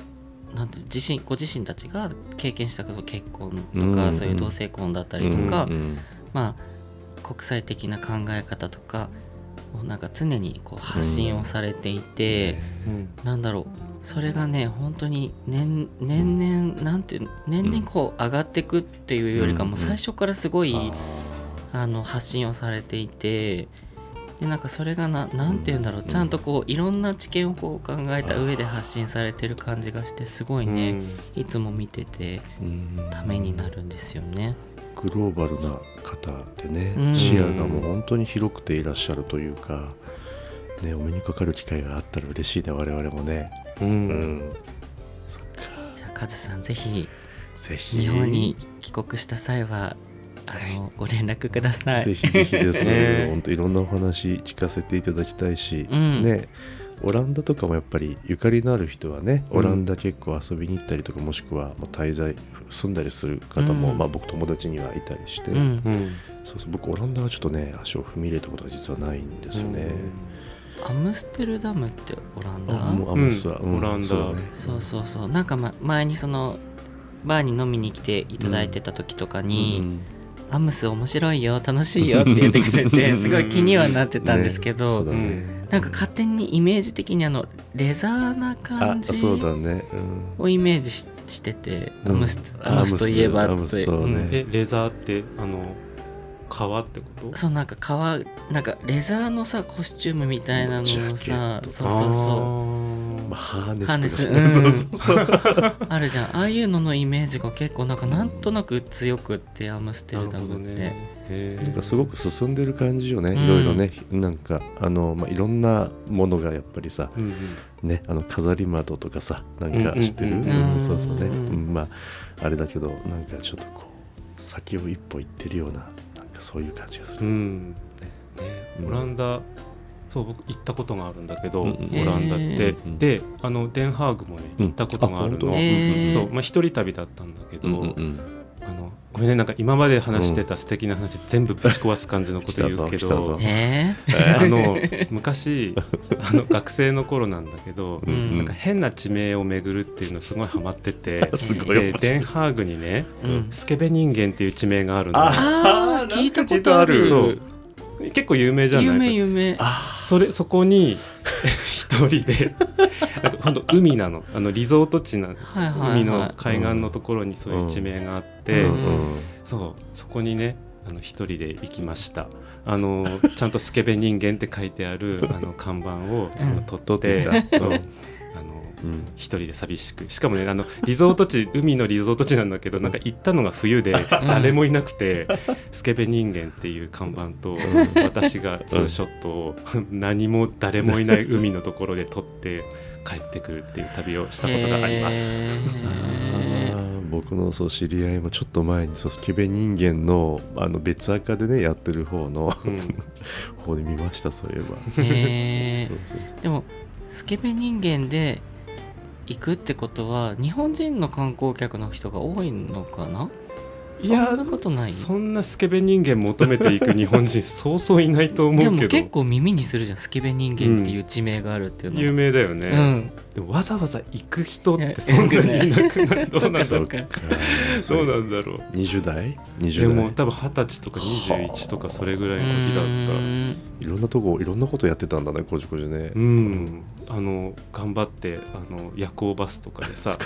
Speaker 1: なんて自身ご自身たちが経験したこと結婚
Speaker 2: う
Speaker 1: と
Speaker 2: ん
Speaker 1: か、
Speaker 2: うん
Speaker 1: そういう同性婚だったりとか、
Speaker 2: うんうん
Speaker 1: まあ、国際的な考え方とかをなんか常にこう発信をされていて、
Speaker 3: うん
Speaker 1: なんだろうそれがね本当に年年々なんていうの年々こう上がっていくっていうよりか
Speaker 2: うんう
Speaker 1: も
Speaker 2: ん
Speaker 1: 最初からすごい、
Speaker 2: あ
Speaker 1: あの発信をされていてでなんかそれがななんて言うんだろう、
Speaker 2: うん
Speaker 1: ちゃんとこういろんな知見をこう考えた上で発信されてる感じがしてすごいね、いつも見てて
Speaker 2: ーうん
Speaker 1: ためになるんですよね。
Speaker 2: グローバルな方でね、
Speaker 1: うん
Speaker 2: 視野がもう本当に広くていらっしゃるというか、ね、お目にかかる機会があったら嬉しいね我々もね、
Speaker 3: うん
Speaker 2: う
Speaker 3: うん
Speaker 2: ん、そっか
Speaker 1: じゃあカズさんぜひ
Speaker 2: ぜひ
Speaker 1: 日本に帰国した際は、あのご連絡くださ
Speaker 2: ぜ
Speaker 1: い。
Speaker 2: ひぜひ です
Speaker 3: ね
Speaker 2: ね本当いろんなお話聞かせていただきたいし、
Speaker 1: うん
Speaker 2: ねオランダとかもやっぱりゆかりのある人はね
Speaker 3: うん
Speaker 2: オランダ結構遊びに行ったりとかもしくはまあ滞在住んだりする方も、
Speaker 1: うん
Speaker 2: まあ、僕友達にはいたりして、
Speaker 1: うん
Speaker 3: うん
Speaker 2: そうそう僕オランダはちょっとね足を踏み入れたことが実はないんですよね。
Speaker 3: うん
Speaker 1: アムステルダムってオランダ
Speaker 2: あもうア
Speaker 3: うん
Speaker 2: ムスは、うん
Speaker 3: オランダ
Speaker 2: そうだね
Speaker 1: そうそうそうなんか、ま、前にそのバーに飲みに来ていただいてた時とかに「
Speaker 2: うん
Speaker 1: アムス面白いよ楽しいよ」って言ってくれてすごい気にはなってたんですけ
Speaker 2: ね
Speaker 1: ど、
Speaker 2: そうだね
Speaker 1: なんか勝手にイメージ的にあのレザーな感
Speaker 2: あ
Speaker 1: じ
Speaker 2: そうだね、うん
Speaker 1: をイメージししてて、
Speaker 2: う
Speaker 1: ア
Speaker 2: ん
Speaker 1: ムスアムスといえば
Speaker 2: アム
Speaker 1: っ
Speaker 2: ス
Speaker 1: て
Speaker 2: そうね
Speaker 1: ん
Speaker 3: えレザーってあの革ってこと
Speaker 1: そうなんか革なんかレザーのさコスチュームみたいな
Speaker 2: ジ
Speaker 1: の
Speaker 2: ャ
Speaker 1: を
Speaker 2: ケッ
Speaker 1: さ
Speaker 2: ト
Speaker 1: そうそうそ
Speaker 2: まあ、
Speaker 3: あ
Speaker 2: ハー
Speaker 1: うハー
Speaker 2: ネ
Speaker 1: ネ
Speaker 2: ス
Speaker 1: ス、
Speaker 2: とかそううんそう そう
Speaker 1: あるじゃんああいうののイメージが結構なんかなんとなく強くってアムステルダムって、
Speaker 2: なん
Speaker 3: ん
Speaker 2: かすごく進んでる感じよね、
Speaker 1: うん
Speaker 2: いろいろねなんかあの、まあ、いろんなものがやっぱりさ、
Speaker 3: うんうん
Speaker 2: ね、あの飾り窓とかさなんか
Speaker 3: うん
Speaker 2: 知ってる、
Speaker 3: うん
Speaker 1: うん
Speaker 2: うんそうそうね、
Speaker 1: うん
Speaker 2: うんまああれだけどなんかちょっとこう先を一歩行ってるようななんかそういう感じがす
Speaker 3: う
Speaker 2: る、
Speaker 3: んね
Speaker 2: うん
Speaker 3: オランダそう僕行ったことがあるんだけど、
Speaker 2: うんうん
Speaker 3: オランダって、
Speaker 2: うんうん
Speaker 3: であのデンハーグもね
Speaker 2: うん
Speaker 3: 行ったことがある
Speaker 2: 本当
Speaker 3: の、
Speaker 1: へー
Speaker 3: そうまあ一人旅だったんだけど、
Speaker 2: うんうんうん
Speaker 3: あのごめんねなんか今まで話してた素敵な話、全部ぶち壊す感じのこと言うけ
Speaker 2: 来たぞ
Speaker 3: ど
Speaker 2: 来
Speaker 1: え
Speaker 3: あの昔あの学生の頃なんだけど、
Speaker 1: うん
Speaker 3: なんか変な地名を巡るっていうのすごいハマってて
Speaker 2: す
Speaker 3: で
Speaker 2: ごい面白い
Speaker 3: デンハーグにね、
Speaker 1: うん
Speaker 3: スケベ人間っていう地名があるの
Speaker 2: あ
Speaker 1: あー聞いたことある
Speaker 3: そう結構有名じゃない
Speaker 1: 夢夢
Speaker 2: あ
Speaker 3: それそこに 一人で なんかほんと海なのあのリゾート地な
Speaker 1: はいはい、はい、
Speaker 3: 海の海岸のところにそういう地名があって、
Speaker 1: うん
Speaker 3: そうそこにねあの一人で行きましたあのちゃんと「スケベ人間」って書いてあるあの看板をちゃんと取って,、
Speaker 2: うん取ってきた
Speaker 3: そう
Speaker 2: うん
Speaker 3: あの
Speaker 2: うん
Speaker 3: 一人で寂しくしかもねあのリゾート 地海のリゾート地なんだけどなんか行ったのが冬で誰もいなくて「スケベ人間」っていう看板と私がツーショットを何も誰もいない海のところで撮って帰ってくるっていう旅をしたことがあります。
Speaker 1: へ
Speaker 2: あ
Speaker 1: ー
Speaker 2: ー僕のそう知り合いもちょっと前にそうスケベ人間のあの別アカでねやってる方の
Speaker 3: うん
Speaker 2: 方で見ましたそういえば
Speaker 1: へ
Speaker 2: そう
Speaker 1: ー
Speaker 2: そうそう
Speaker 1: でもスケベ人間で行くってことは日本人の観光客の人が多いのかない
Speaker 3: や
Speaker 1: そんなことない
Speaker 3: そんなスケベ人間求めていく日本 人そうそういないと思うけ
Speaker 1: で
Speaker 3: ど
Speaker 1: も結構耳にするじゃんスケベ人間っていう地名があるっていうの
Speaker 3: 有名だよ
Speaker 1: う
Speaker 3: ね、
Speaker 1: ん、
Speaker 3: でもわざわざ行く人ってそんなにいなくないどうなん だ
Speaker 1: そ
Speaker 3: ろ
Speaker 1: っ
Speaker 3: う
Speaker 1: か
Speaker 3: そうなんだろう
Speaker 2: 20代
Speaker 3: で
Speaker 2: 20
Speaker 3: も
Speaker 2: 代
Speaker 3: 多分二十歳とか21とかそれぐらいの年だった
Speaker 2: いろんなとこいろんなことやってたんだねこじこじね
Speaker 3: うん、あの頑張ってあの夜行バスとかで さ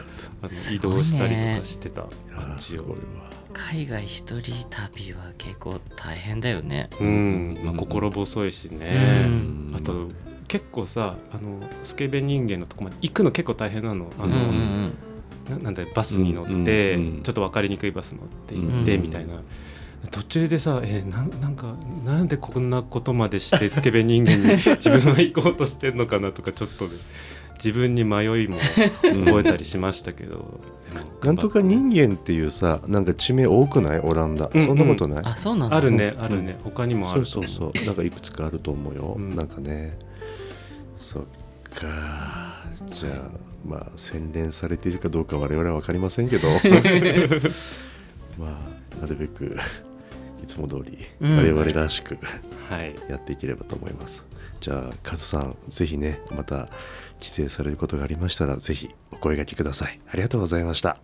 Speaker 3: あの移動したりとかしてた
Speaker 2: あ
Speaker 3: 感
Speaker 2: ー
Speaker 3: じ
Speaker 2: す
Speaker 3: よ、
Speaker 2: ごいわ
Speaker 1: 海外一人旅は結構大変だよね
Speaker 3: うんまあ、心細いしね、
Speaker 1: うん
Speaker 3: あと結構さあのスケベ人間のとこまで行くの結構大変なのあ
Speaker 1: う
Speaker 3: の、
Speaker 1: んうん
Speaker 3: ななんだよバスに乗って、
Speaker 2: うんうん
Speaker 3: ちょっと分かりにくいバス乗って行って、
Speaker 1: うん
Speaker 3: みたいな途中でさ、えーなんなんかなんでこんなことまでしてスケベ人間に自分は行こうとしてんのかなとかちょっとね自分に迷いも覚えたりしましたけどでも
Speaker 2: なんとか人間っていうさなんか地名多くないオランダ、そんなこと
Speaker 1: う
Speaker 2: なんい
Speaker 1: あそうなんだ
Speaker 3: あるねあるね、他にもあ
Speaker 2: そ
Speaker 3: る
Speaker 2: う
Speaker 3: と
Speaker 2: そう
Speaker 3: 思
Speaker 2: そうなんかいくつかあると思うよ、
Speaker 3: うん
Speaker 2: なんかねそっかじゃあまあ洗練されているかどうか我々は分かりません けどまあなるべくいつも通り
Speaker 1: うん
Speaker 2: 我々らしく
Speaker 3: はい
Speaker 2: やっていければと思います、じゃあカズさんぜひねまた帰省されることがありましたらぜひお声掛けくださいありがとうございました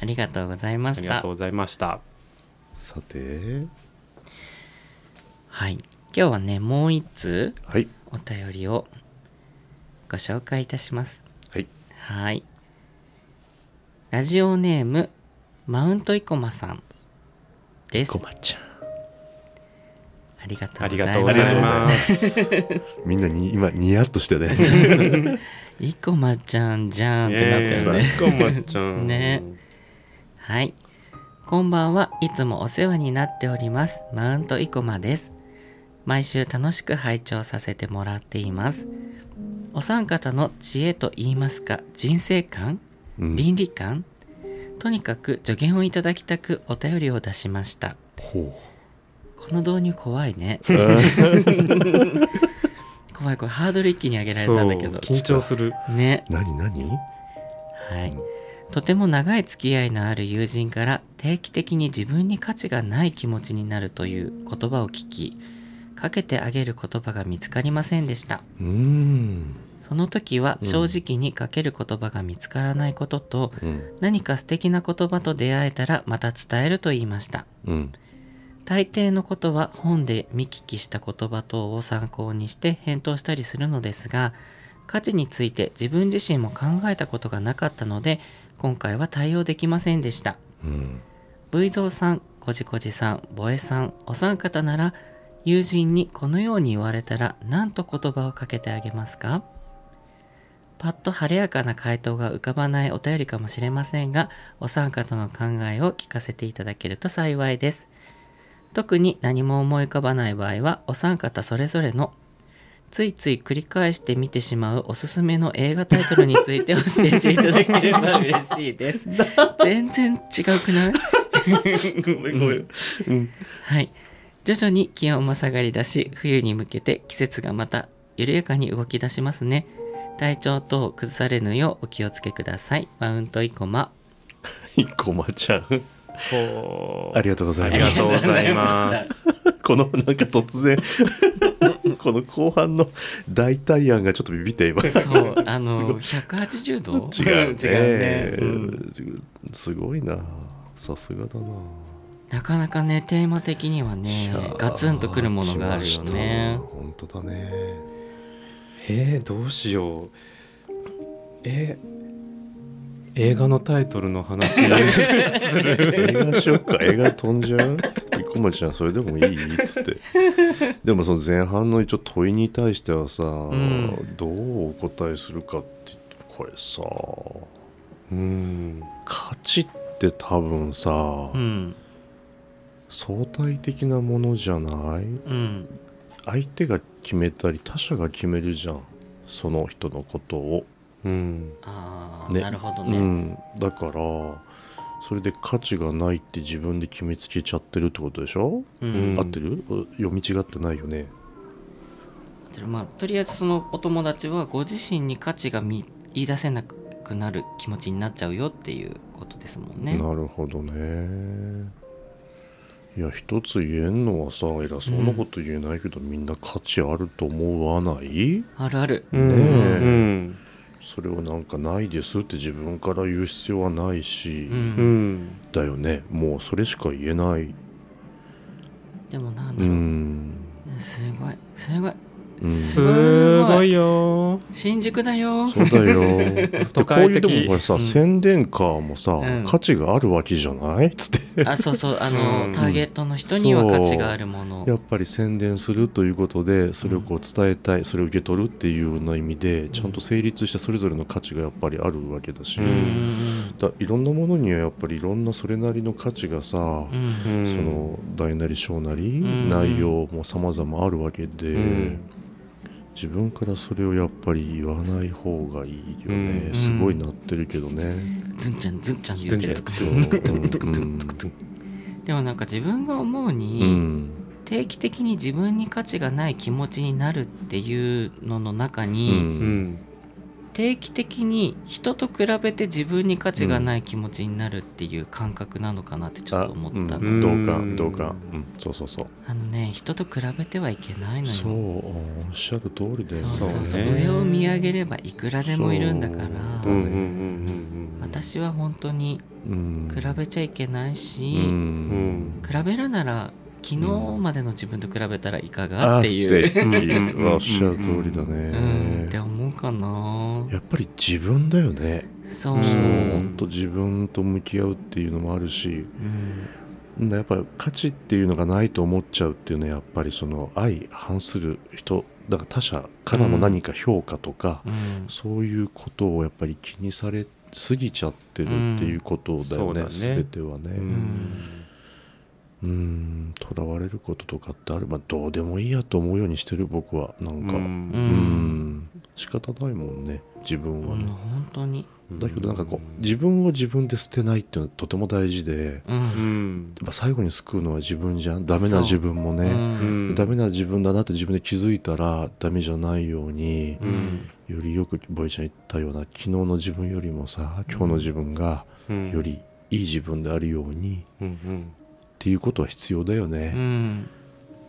Speaker 1: ありがとうございま
Speaker 3: あ
Speaker 1: し
Speaker 3: りが
Speaker 1: た
Speaker 3: とうございました
Speaker 2: さて
Speaker 1: はい今日はねもう一通
Speaker 2: はい
Speaker 1: お便りをご紹介いたします
Speaker 2: はい
Speaker 1: はい。ラジオネーム、マウントイコマさんです
Speaker 2: こ。まちゃん
Speaker 1: ありがと
Speaker 3: あ
Speaker 1: うご
Speaker 3: り
Speaker 1: ざ
Speaker 3: が
Speaker 1: い
Speaker 3: とう
Speaker 1: ま
Speaker 3: ご
Speaker 1: す。
Speaker 3: ざいます
Speaker 2: みんなに今ニヤッとしてね
Speaker 1: イコマちゃんじゃんってなったよね。
Speaker 3: えこまちゃん
Speaker 1: ねはい。こんばんはいつもお世話になっております。マウントイコマです。毎週楽しく拝聴させてもらっています。お三方の知恵と言いますか、人生観
Speaker 2: うん
Speaker 1: 倫理観とにかく助言をいただきたくお便りを出しました。
Speaker 2: ほ
Speaker 1: この導入怖いね。
Speaker 2: う
Speaker 1: 怖い怖いハードル一気に上げられ
Speaker 3: そう
Speaker 1: たんだけど
Speaker 3: 緊張する
Speaker 1: ね
Speaker 2: 何何
Speaker 1: はいとても長い付き合いのある友人から定期的に自分に価値がない気持ちになるという言葉を聞きかけてあげる言葉が見つかりませんでした
Speaker 2: うーん
Speaker 1: その時は
Speaker 2: うん
Speaker 1: 正直にかける言葉が見つからないことと、
Speaker 2: うん
Speaker 1: 何か素敵な言葉と出会えたらまた伝えると言いました
Speaker 2: うん
Speaker 1: 大抵のことは本で見聞きした言葉等を参考にして返答したりするのですが価値について自分自身も考えたことがなかったので今回は対応できませんでした
Speaker 2: うん
Speaker 1: ブイゾーさんこじこじさんボエさんお三方なら友人にこのように言われたら何と言葉をかけてあげますかパッと晴れやかな回答が浮かばないお便りかもしれませんがお三方の考えを聞かせていただけると幸いです特に何も思い浮かばない場合はお三方それぞれのついつい繰り返して見てしまうおすすめの映画タイトルについて教えていただければ嬉しいです全然違うくない
Speaker 2: ごめんごめんうん
Speaker 1: はい徐々に気温も下がりだし冬に向けて季節がまた緩やかに動き出しますね体調等を崩されぬようお気をつけくださいマウントイコマ
Speaker 2: いこまちゃん
Speaker 3: ほう
Speaker 2: ありがとうござ
Speaker 3: あ
Speaker 2: い
Speaker 3: り
Speaker 2: ま
Speaker 3: がとうご
Speaker 2: す
Speaker 3: ざいます。
Speaker 2: このなんか突然 この後半の代替案がちょっとビビっています
Speaker 1: そうあ
Speaker 2: すご
Speaker 1: の180度
Speaker 2: 違うね
Speaker 1: 違うね
Speaker 2: すごいなさすがだな
Speaker 1: なかなかねテーマ的にはねガツンとくるものがあるよね
Speaker 2: 来ました本当だね
Speaker 3: えー、どうしよう。えー、映画のタイトルの話する。
Speaker 2: 映画しよっか映画飛んじゃう生駒ちゃんそれでもいいっつってでもその前半の一応問いに対してはさ、
Speaker 1: ん
Speaker 2: どうお答えするかってこれさ
Speaker 3: うん。
Speaker 2: 価値って多分さ、
Speaker 1: うん
Speaker 2: 相対的なものじゃない
Speaker 1: うん
Speaker 2: 相手が決めたり他者が決めるじゃんその人のことを、
Speaker 3: うん。
Speaker 1: ああ、
Speaker 2: ね
Speaker 1: なるほど
Speaker 2: う
Speaker 1: ね、
Speaker 2: ん、だからそれで価値がないって自分で決めつけちゃってるってことでしょ、
Speaker 1: うん
Speaker 3: うん
Speaker 2: 合ってるう読み違ってないよね
Speaker 1: まあとりあえずそのお友達はご自身に価値が見言い出せなくなる気持ちになっちゃうよっていうことですもんね
Speaker 2: なるほどねいや一つ言えんのはさ偉そうなこと言えないけど、みんな価値あると思わない
Speaker 1: あるある
Speaker 3: うん
Speaker 2: ねえ
Speaker 3: うん。
Speaker 2: それをなんかないですって自分から言う必要はないし、
Speaker 1: う
Speaker 3: うんん。
Speaker 2: だよねもうそれしか言えない
Speaker 1: でもなんだ
Speaker 2: う
Speaker 1: ろう、
Speaker 2: ん、
Speaker 1: すごいすごい
Speaker 2: うん
Speaker 1: す
Speaker 3: す
Speaker 1: ご
Speaker 3: ご
Speaker 1: い
Speaker 3: いよー。
Speaker 1: 新宿だよ
Speaker 2: そうだよ。
Speaker 3: 都
Speaker 2: こう
Speaker 3: 会
Speaker 2: いう
Speaker 3: 的
Speaker 2: でもこれさ、
Speaker 1: うん
Speaker 2: 宣伝カーもさ、
Speaker 1: うん
Speaker 2: 価値があるわけじゃないつって。
Speaker 1: あそうそうあの、
Speaker 3: うん
Speaker 1: ターゲットの人には価値があるもの
Speaker 2: やっぱり宣伝するということでそれをこう伝えたい、それを受け取るっていうような意味でちゃんと成立したそれぞれの価値がやっぱりあるわけだし、
Speaker 3: う
Speaker 1: うん
Speaker 2: だいろんなものにはやっぱりいろんなそれなりの価値がさ、
Speaker 1: うんうん
Speaker 3: うん
Speaker 2: その大なり小なり、
Speaker 1: ん
Speaker 2: 内容も様々あるわけで、
Speaker 3: うん
Speaker 2: 自分からそれをやっぱり言わない方がいいよね、
Speaker 1: うん
Speaker 2: すごいなってるけどね。
Speaker 1: ずんちゃんずんちゃん言ってる
Speaker 2: う
Speaker 1: でもなんか自分が思うに、
Speaker 2: ん
Speaker 1: 定期的に自分に価値がない気持ちになるっていうのの中
Speaker 2: う
Speaker 1: に、
Speaker 3: うん。
Speaker 1: 定期的に人と比べて自分に価値がない気持ちになるっていう感覚なのかなってちょっと思ったのあ,、
Speaker 3: ん
Speaker 2: 同感同感うんそうそうそう
Speaker 1: のね人と比べてはいけないのよ
Speaker 2: そうおっしゃる通りだよ
Speaker 1: そうそうそう
Speaker 3: そうね
Speaker 1: 上を見上げればいくらでもいるんだから
Speaker 3: う
Speaker 2: そ
Speaker 3: んうん
Speaker 2: だ
Speaker 3: う
Speaker 2: ね
Speaker 3: んうんうん。
Speaker 1: 私は本当に
Speaker 2: うん
Speaker 1: 比べちゃいけないし、
Speaker 3: うん。
Speaker 1: 比べるなら昨日までの自分と比べたらいかが
Speaker 2: あ
Speaker 1: っていう、
Speaker 2: 素敵
Speaker 3: うんうんうん
Speaker 2: おっしゃる通りだ
Speaker 1: うん、って
Speaker 2: ね
Speaker 1: 思うかな
Speaker 2: やっぱり自分だよね
Speaker 1: そうう、
Speaker 2: そう
Speaker 3: うん
Speaker 2: 本当自分と向き合うっていうのもあるし
Speaker 1: うん
Speaker 2: やっぱり価値っていうのがないと思っちゃうっていうのはやっぱりその相反する人だから他者からの何か評価とか、
Speaker 1: うん
Speaker 2: そういうことをやっぱり気にされすぎちゃってるっていうことだよ
Speaker 3: う
Speaker 2: ね、
Speaker 3: んそうだね
Speaker 2: 全てはね。うんとらわれることとかってあればどうでもいいやと思うようにしてる僕はなんか、うん
Speaker 1: うん
Speaker 2: 仕方ないもんね自分は
Speaker 1: うん
Speaker 2: ね。
Speaker 1: 本当に
Speaker 2: だけどなんかこう自分を自分で捨てないっていうのはとても大事
Speaker 1: う、
Speaker 2: で。
Speaker 3: うんん。
Speaker 2: やっぱ最後に救うのは自分じゃんダメな自分も
Speaker 1: う
Speaker 2: ね、
Speaker 1: ん
Speaker 2: ダメな自分だなって自分で気づいたらダメじゃないように、
Speaker 1: うん
Speaker 2: よりよくボイちゃん言ったような昨日の自分よりもさ今日の自分が
Speaker 3: うん
Speaker 2: よ。りいい自分であるように
Speaker 3: うん
Speaker 2: っていうことは必要だよ
Speaker 1: う
Speaker 2: ね、
Speaker 1: ん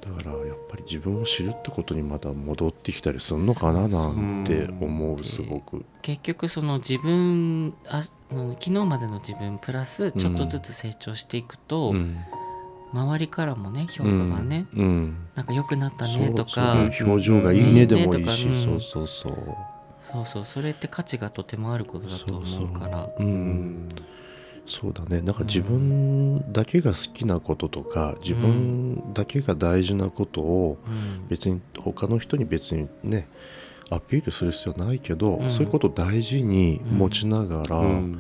Speaker 2: だからやっぱり自分を知るってことにまた戻ってきたりするのかななんて思うすごく
Speaker 1: 結局その自分あうん昨日までの自分プラスちょっとずつ成長していくと、
Speaker 2: うん
Speaker 1: 周りからもね評価がね、
Speaker 2: うんうん
Speaker 1: なんか良くなった
Speaker 2: そ
Speaker 1: ね
Speaker 2: う
Speaker 1: と
Speaker 2: そう
Speaker 1: か
Speaker 2: 表情がいいねでもいい
Speaker 1: いい
Speaker 2: し
Speaker 1: ねと
Speaker 2: そ
Speaker 1: かう
Speaker 2: うんそうそう
Speaker 1: そうそうそれって価値がとてもあることだと思うから
Speaker 2: う
Speaker 3: うんん
Speaker 2: そうだねなんか自分だけが好きなこととか自分だけが大事なことを
Speaker 1: うん
Speaker 2: 別に他の人に別にねアピールする必要ないけど、
Speaker 1: うん
Speaker 2: そういうことを大事に持ちながら、
Speaker 3: うん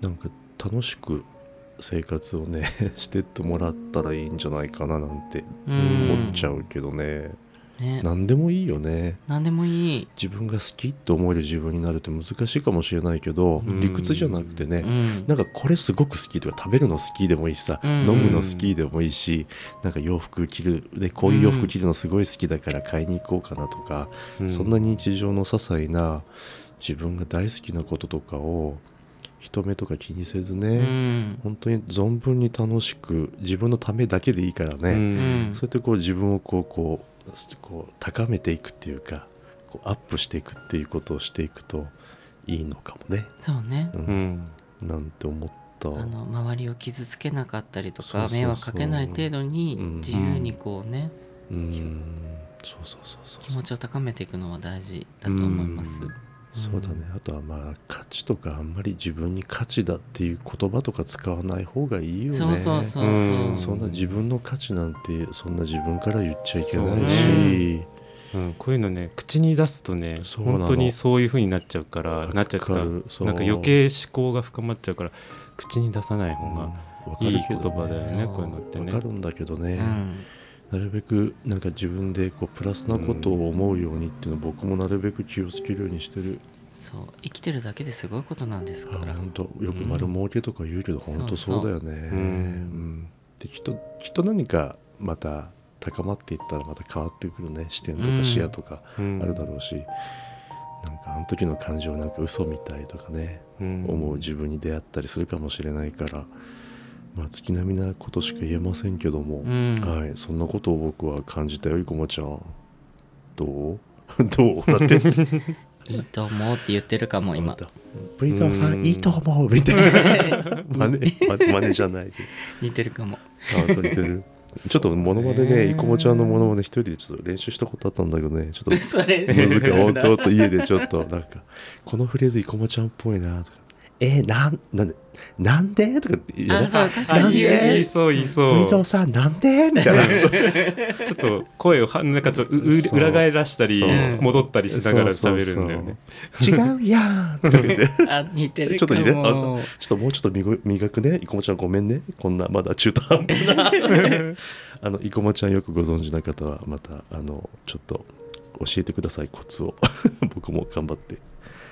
Speaker 2: なんか楽しく生活をね してってもらったらいいんじゃないかななんて
Speaker 1: うん
Speaker 2: 思っちゃうけどね、
Speaker 1: ね
Speaker 2: 何でもいいよね
Speaker 1: 何でもいい、
Speaker 2: 自分が好きって思える自分になるって難しいかもしれないけど、
Speaker 1: うん
Speaker 2: 理屈じゃなくてね、
Speaker 1: うん、
Speaker 2: なんかこれすごく好きとか食べるの好きでもいいしさ、
Speaker 1: うん
Speaker 2: 飲むの好きでもいいしなんか洋服着るでこういう洋服着るのすごい好きだから買いに行こうかなとか、
Speaker 3: うん
Speaker 2: そんな日常の些細な自分が大好きなこととかを人目とか気にせず
Speaker 1: う
Speaker 2: ね、
Speaker 1: ん
Speaker 2: 本当に存分に楽しく自分のためだけでいいから
Speaker 3: う
Speaker 2: ね、
Speaker 1: ん
Speaker 2: そうやってこう自分をこうこうすこう高めていくっていうかこうアップしていくっていうことをしていくといいのかもね、
Speaker 1: そうね
Speaker 2: う
Speaker 3: うんん
Speaker 2: なんて思った。
Speaker 1: あの周りを傷つけなかったりと
Speaker 2: そう
Speaker 1: か
Speaker 2: そうそう
Speaker 1: 迷惑かけない程度に
Speaker 2: うん
Speaker 1: 自由にこうね
Speaker 2: うんそうそうそうそう
Speaker 1: 気持ちを高めていくのは大事だと思います
Speaker 3: うん
Speaker 2: そうだねあとはまあ価値とかあんまり自分に価値だっていう言葉とか使わない方がいいよね
Speaker 1: そうそうそう
Speaker 3: うん
Speaker 1: そ
Speaker 2: そんな自分の価値なんてそんな自分から言っちゃいけない
Speaker 1: そう
Speaker 2: し、
Speaker 3: うん、こういうのね口に出すとね
Speaker 2: そうなの
Speaker 3: 本当にそういう風になっちゃうからなっちゃうか
Speaker 2: わ
Speaker 3: ら
Speaker 2: か
Speaker 3: なん
Speaker 2: る
Speaker 3: か
Speaker 2: そう
Speaker 3: 余計思考が深まっちゃうから口に出さない方が
Speaker 2: わか
Speaker 3: いい
Speaker 2: る
Speaker 3: 言
Speaker 2: けど
Speaker 3: 葉だよね
Speaker 1: そう
Speaker 3: こういうのって
Speaker 2: わ
Speaker 3: ね
Speaker 2: か。るんだけどね、
Speaker 1: ううん
Speaker 2: なるべくなんか自分でこうプラスなことを思うようにっていうの僕もなるべく気をつけるようにしてる、
Speaker 1: そう生きてるだけですごいことなんですか
Speaker 2: あ
Speaker 1: ら
Speaker 2: 本当よく丸儲けとか言うけど、
Speaker 1: うん
Speaker 2: 本当そうだよね
Speaker 3: そう
Speaker 2: うんできっときっと何かまた高まっていったらまた変わってくるね視点と
Speaker 1: う
Speaker 2: か
Speaker 1: ん
Speaker 2: 視野とか
Speaker 3: うん
Speaker 2: あるだろうし、なんかあの時の感情なんか嘘みたいとかね、
Speaker 3: うん
Speaker 2: 思う自分に出会ったりするかもしれないからまあ月並みなことしか言えませんけども、
Speaker 1: うん
Speaker 2: はいそんなことを僕は感じたよ生駒ちゃんどう どうだって
Speaker 1: いいと思うって言ってるかも今
Speaker 2: ブリザーさ
Speaker 3: うん
Speaker 2: んいいと思うみたいな 真似真真似じゃない
Speaker 1: 似てるかも
Speaker 2: あ似てるちょっとモノマネね生駒ちゃんのモノマネ一人でちょっと練習したことあったんだけどねちょっと
Speaker 1: 嘘練習
Speaker 2: 難し
Speaker 1: す
Speaker 2: い
Speaker 1: る
Speaker 2: お
Speaker 1: んだ
Speaker 2: ちょっと家でちょっとなんかこのフレーズ生駒ちゃんっぽいなとかえー、なんなんでなんでとかって言うよ
Speaker 1: あ
Speaker 2: ね
Speaker 1: そう確か
Speaker 2: なん
Speaker 1: に
Speaker 2: で
Speaker 1: 言う
Speaker 3: 言
Speaker 1: ね
Speaker 3: いそう言い
Speaker 2: ブ
Speaker 3: そう
Speaker 2: リ
Speaker 3: ち
Speaker 2: ト
Speaker 3: ょ
Speaker 2: ーさんなんでみたいな そう
Speaker 3: っと声をはなんかちょっとうう
Speaker 2: そう
Speaker 3: 裏返らしたり
Speaker 1: そう
Speaker 3: 戻ったりしながら喋るんだよね。
Speaker 2: そうそうそう違うやんとか言って
Speaker 1: あ似て る
Speaker 2: ちょ
Speaker 1: か
Speaker 2: っといいねあ
Speaker 1: も
Speaker 2: ちょっともうちょっと磨磨くね生駒ちゃんごめんねこんなまだ中途半端な あの生駒ちゃんよくご存知な方はまたあのちょっと教えてくださいコツを 僕も頑張って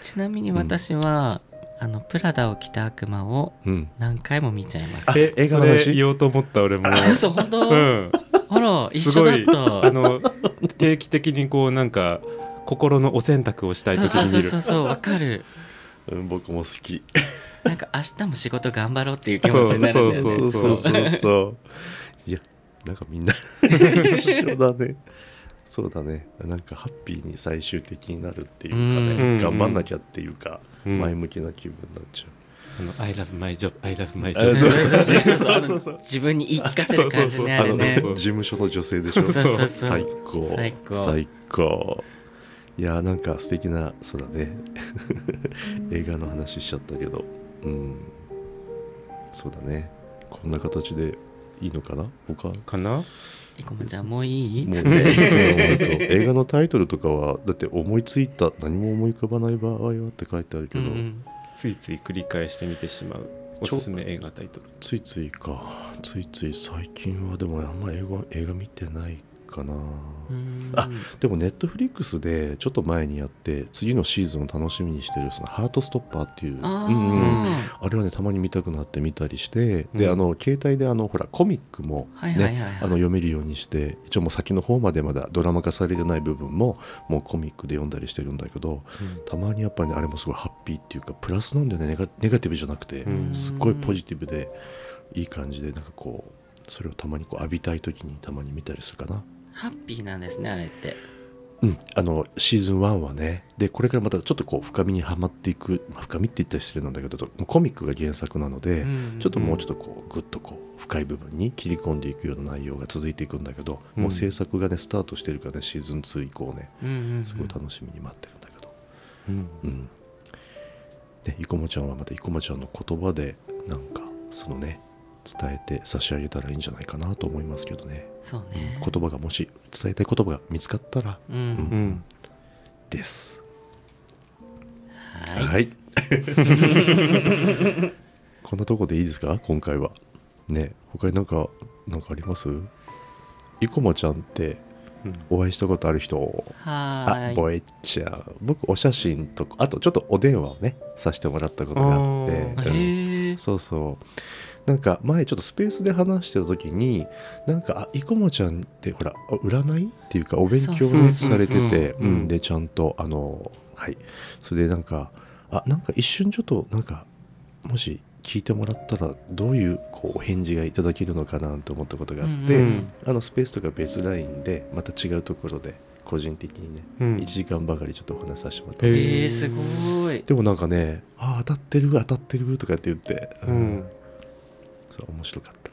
Speaker 1: ちなみに私はあのプラダを着た悪魔を
Speaker 2: うん
Speaker 1: 何回も見ちゃいます
Speaker 3: え
Speaker 2: 映
Speaker 3: そ
Speaker 2: 画の話
Speaker 3: れ言おうと思った俺も。
Speaker 1: 嘘本当
Speaker 3: うん
Speaker 1: あら一
Speaker 3: す
Speaker 1: 緒
Speaker 3: ご
Speaker 1: だっ
Speaker 3: いあ
Speaker 1: た
Speaker 3: の定期的にこうなんか心のお洗濯をしたい
Speaker 1: そう
Speaker 3: 時
Speaker 1: そう
Speaker 3: に
Speaker 1: そう
Speaker 3: 見る
Speaker 1: そうそうわかる
Speaker 2: うん僕も好き
Speaker 1: なんか明日も仕事頑張ろうっていう気持ちになる
Speaker 3: そう
Speaker 1: ね
Speaker 3: そうそう
Speaker 2: そうそうそういやなんかみんな一緒だねそうだねなんかハッピーに最終的になるっていうか
Speaker 3: う
Speaker 2: ね
Speaker 3: ん
Speaker 2: 頑張んなきゃっていうか
Speaker 3: うん
Speaker 2: 前向きな気分になっちゃう
Speaker 3: あの I love my job I love my
Speaker 2: あそう
Speaker 3: job
Speaker 1: そうそうそう
Speaker 2: そうそう
Speaker 1: 自分に言い聞かせる感じねあ
Speaker 3: そう
Speaker 2: あ
Speaker 1: れ
Speaker 3: そうそ
Speaker 2: の
Speaker 3: う
Speaker 1: ね
Speaker 3: そう
Speaker 2: 事務所の女性でしょ
Speaker 1: そうそうそう
Speaker 2: 最高
Speaker 1: 最高
Speaker 2: 最高いやなんか素敵なそうだね 映画の話しちゃったけどうんそうだねこんな形でいいのかな他
Speaker 3: かな
Speaker 1: えこまちゃんもういい
Speaker 2: もうねうん本当映画のタイトルとかはだって思いついた何も思い浮かばない場合はって書いてあるけ
Speaker 1: う
Speaker 2: ど、
Speaker 1: ん
Speaker 3: ついつい繰り返して見てしまうおすすめ映画タイトル
Speaker 2: ついついかついつい最近はでもあんま映画映画見てないかな、
Speaker 1: うん
Speaker 2: あでもネットフリックスでちょっと前にやって次のシーズンを楽しみにしてるそのハートストッパーっていう
Speaker 1: あ
Speaker 2: うんうん
Speaker 1: ー
Speaker 2: あれはねたまに見たくなって見たりして、で
Speaker 3: うん
Speaker 2: あの携帯であのほらコミックも、ね
Speaker 1: はいはいはいはい
Speaker 2: あの読めるようにして一応もう先の方までまだドラマ化されてない部分ももうコミックで読んだりしてるんだけどたまにやっぱりねあれもすごいハッピーっていうかプラスなんだよねネガネガティブじゃなくて、
Speaker 3: うん
Speaker 2: すっごいポジティブでいい感じでなんかこうそれをたまにこう浴びたい時にたまに見たりするかな。
Speaker 1: ハッピーなんですねあれって
Speaker 2: うん、あのシーズン1はねでこれからまたちょっとこう深みにはまっていく、まあ深みって言ったら失礼なんだけどもうコミックが原作なので、
Speaker 1: うん
Speaker 2: ちょっともうちょっとこうぐっとこう深い部分に切り込んでいくような内容が続いていくんだけど、
Speaker 3: うん
Speaker 2: もう制作がねスタートしてるからねシーズン2以降ね
Speaker 1: うんうんうん
Speaker 2: すごい楽しみに待ってるんだけど、
Speaker 3: うん
Speaker 2: うんで生駒ちゃんはまた生駒ちゃんの言葉でなんかそのね伝えて差し上げたらいいんじゃないかなと思いますけどね、
Speaker 1: そう
Speaker 2: うん
Speaker 1: ね
Speaker 2: 言葉がもし伝えたい言葉が見つかったら
Speaker 1: うん、
Speaker 3: うん
Speaker 2: です。
Speaker 1: は
Speaker 2: はいい。こんなとこでいいですか今回は。ね他になんかなんかあります？生駒ちゃんって
Speaker 3: うん
Speaker 2: お会いしたことある人？
Speaker 1: はー
Speaker 2: あ
Speaker 1: い
Speaker 2: ボエちゃん。僕お写真とかあとちょっとお電話をねさせてもらったことがあっ
Speaker 3: あ
Speaker 2: て。
Speaker 1: へ
Speaker 2: うん
Speaker 1: え
Speaker 2: そうそうなんか前ちょっとスペースで話してた時になんかあ生駒ちゃんってほらあ占いっていうかお勉強
Speaker 1: そうそ
Speaker 2: を
Speaker 1: うそう
Speaker 2: されてて
Speaker 3: うん
Speaker 2: うんでちゃんとあのはいそれでなんかあなんか一瞬ちょっとなんかもし聞いてもらったらどういうこうお返事がいただけるのかなと思ったことがあって、
Speaker 1: うん
Speaker 3: うん
Speaker 2: あのスペースとか別ラインでまた違うところで個人的にね、
Speaker 3: うん
Speaker 2: 1時間ばかりちょっとお話しさせてもらって
Speaker 1: え
Speaker 3: へ
Speaker 1: ー、すごい
Speaker 2: でもなんかね「あー当たってる当たってる」とかって言って、
Speaker 3: うん
Speaker 2: そう面白かった、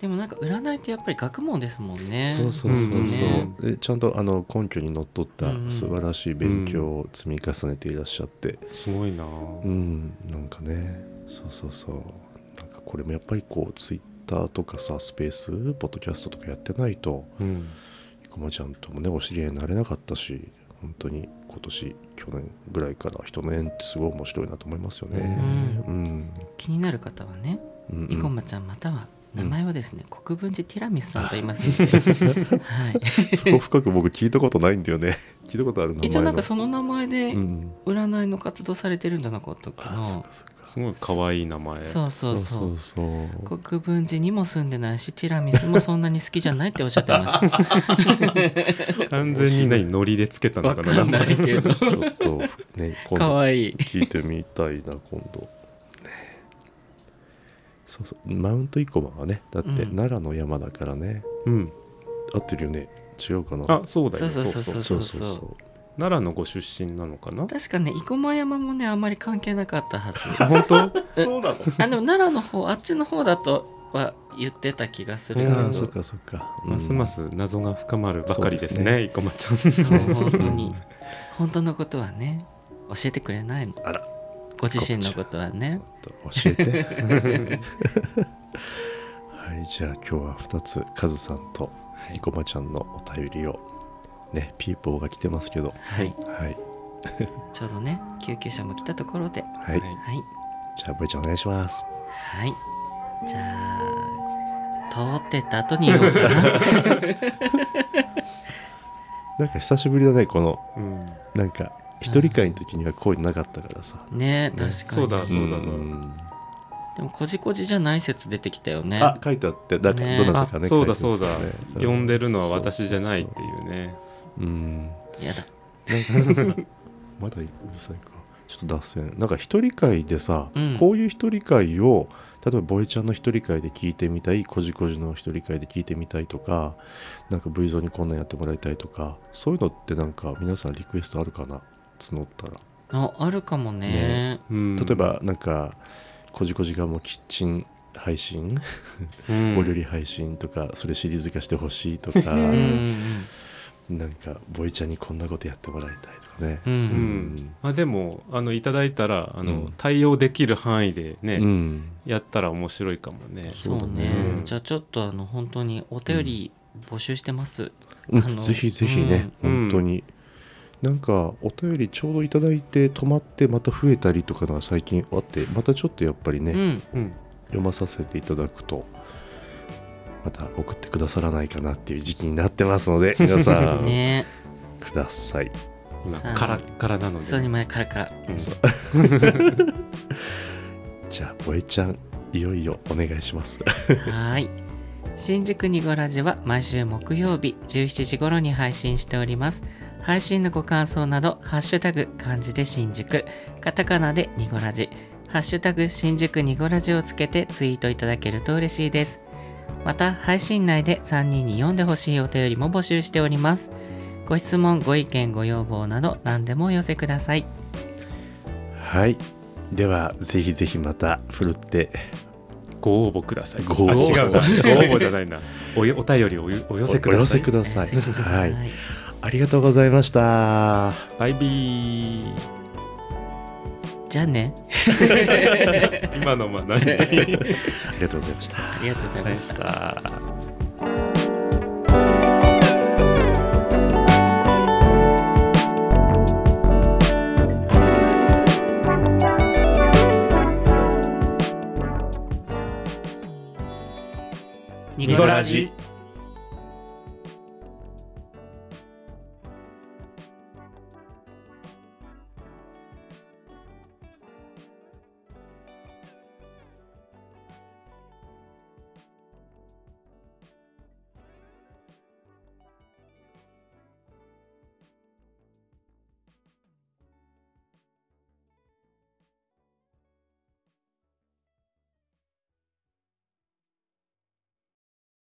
Speaker 1: でもなんか占いってやっぱり学問ですもんね
Speaker 2: そうそうそうそう、
Speaker 1: うん
Speaker 2: でちゃんとあの根拠にのっとった
Speaker 1: うんうん
Speaker 2: 素晴らしい勉強を積み重ねていらっしゃって
Speaker 3: すごいな
Speaker 2: うん、なんかねそうそうそうなんかこれもやっぱりこうツイッターとかさスペースポッドキャストとかやってないと
Speaker 3: うん
Speaker 2: 生駒ちゃんともねお知り合いになれなかったし本当に今年去年ぐらいから人の縁ってすごい面白いなと思いますよねうん
Speaker 1: 気になる方はね
Speaker 2: うんうん
Speaker 1: 生駒ちゃんまたは名前はですね、国分寺ティラミスさんと言います のではい
Speaker 2: そこ深く僕聞いたことないんだよね 聞いたことある名前の
Speaker 1: 一応なんかその名前で
Speaker 2: うん
Speaker 1: 占いの活動されてるんじゃなかったっけ
Speaker 2: あ
Speaker 1: な、
Speaker 2: そっかそっか
Speaker 3: すごい可愛い名前
Speaker 1: そうそうそう
Speaker 2: そうそう
Speaker 1: 国分寺にも住んでないしティラミスもそんなに好きじゃないっておっしゃってま した
Speaker 3: 完全に何ノリでつけたの
Speaker 1: わ
Speaker 3: か
Speaker 1: か
Speaker 3: なん
Speaker 1: ない けど
Speaker 2: ちょっと ね今
Speaker 1: か
Speaker 2: 度
Speaker 1: わいい
Speaker 2: 聞いてみたいな今度ねそうそうマウント生駒はねだって
Speaker 1: うん
Speaker 2: 奈良の山だからね、
Speaker 3: うん
Speaker 2: 合ってるよね違うかな
Speaker 3: あそうだ
Speaker 1: そ
Speaker 3: よ
Speaker 1: うそうそうそうそうそう
Speaker 3: 奈良のご出身なのかな
Speaker 1: 確かね生駒山もねあんまり関係なかったはず
Speaker 3: あ本当
Speaker 2: そうなの
Speaker 1: あでも奈良の方あっちの方だとは言ってた気がするけ
Speaker 3: うん
Speaker 2: あ
Speaker 1: ど
Speaker 2: あ
Speaker 1: そ
Speaker 2: そうっかそっか、うん
Speaker 3: ますます謎が深まるばかりです
Speaker 2: そう
Speaker 3: ね生駒ちゃん
Speaker 1: 本当に本当のことはね教えてくれないの
Speaker 2: あら
Speaker 1: ご自身のことはね
Speaker 2: 教えてはいじゃあ今日は2つカズさんと生駒ちゃんのお便りをねピーポーが来てますけど
Speaker 1: はい
Speaker 2: はい
Speaker 1: ちょうどね救急車も来たところで
Speaker 2: はい、
Speaker 3: は
Speaker 1: は
Speaker 3: い
Speaker 1: い
Speaker 2: じゃあブイちゃんお願いします
Speaker 1: はいじゃあ通ってった後に言おうか な
Speaker 2: なんか久しぶりだねこの
Speaker 3: うん
Speaker 2: なんか一人会の時にはこういうのなかったからさ、
Speaker 1: ね確かに
Speaker 3: そうだそうだなん
Speaker 1: でもこじこじじゃない説出てきたよね
Speaker 2: あ書いてあってだ
Speaker 1: ね
Speaker 2: どな
Speaker 3: あ
Speaker 2: たかね
Speaker 3: そうだ
Speaker 2: 書
Speaker 3: そ
Speaker 2: いうて
Speaker 3: だ
Speaker 2: あるよねう
Speaker 3: 呼んでるのは私じゃないって
Speaker 2: う
Speaker 3: いうね
Speaker 2: そうそううん
Speaker 1: やだ
Speaker 2: まだうるさいかちょっと脱線なんか一人会でさ、
Speaker 1: うん
Speaker 2: こういう一人会を例えばボエちゃんの一人会で聞いてみたいこじこじの一人会で聞いてみたいとかなんか V 像にこんなんやってもらいたいとかそういうのってなんか皆さんリクエストあるかな募ったら、
Speaker 1: ああるかもね
Speaker 3: うん
Speaker 2: 例えばなんかこじこじがもうキッチン配信、
Speaker 3: うん
Speaker 2: お料理配信とかそれシリーズ化してほしいとか、
Speaker 1: うん
Speaker 2: なんかボエちゃんにこんなことやってもらいたいとかね
Speaker 1: うんう
Speaker 3: うんんあでもあのいただいたらあの、
Speaker 2: うん
Speaker 3: 対応できる範囲でね、
Speaker 2: うん
Speaker 3: やったら面白いかもね
Speaker 1: そうね
Speaker 3: うん
Speaker 1: じゃあちょっとあの本当にお便り募集してます
Speaker 2: う
Speaker 1: あの
Speaker 2: ん、ぜひぜひね、
Speaker 3: うん
Speaker 2: 本当に、なんかお便りちょうどいただいて止まってまた増えたりとかのが最近あってまたちょっとやっぱりね、
Speaker 1: うん
Speaker 3: うん
Speaker 2: 読まさせていただくとまた送ってくださらないかなっていう時期になってますので皆さ ん、
Speaker 1: ね
Speaker 2: ください
Speaker 3: 今
Speaker 1: さあ
Speaker 3: カラッカラなので
Speaker 1: そうに前からから
Speaker 3: うん
Speaker 2: じゃあボエちゃんいよいよお願いします
Speaker 1: はーい。新宿にごラジは毎週木曜日17時頃に配信しております。配信のご感想など、ハッシュタグ漢字で新宿、カタカナでにごラジ、ハッシュタグ新宿にごラジをつけてツイートいただけると嬉しいです。また配信内で3人に読んでほしいお便りも募集しておりますご質問ご意見ご要望など何でもお寄せください
Speaker 2: はいではぜひぜひまたふるって
Speaker 3: ご応募ください。
Speaker 2: ご応募
Speaker 3: あ違うな
Speaker 2: ご応 募
Speaker 3: ご応募じゃないな。およお便りをおよお寄せください。
Speaker 2: だ
Speaker 1: お寄せくださ
Speaker 2: はいい、ありがとうございました
Speaker 3: バイビー。
Speaker 1: じゃあね
Speaker 3: 今のま 何で
Speaker 2: ありがとうございました
Speaker 1: ありがとうございまし
Speaker 3: したた。
Speaker 1: ニ
Speaker 3: ニコラジ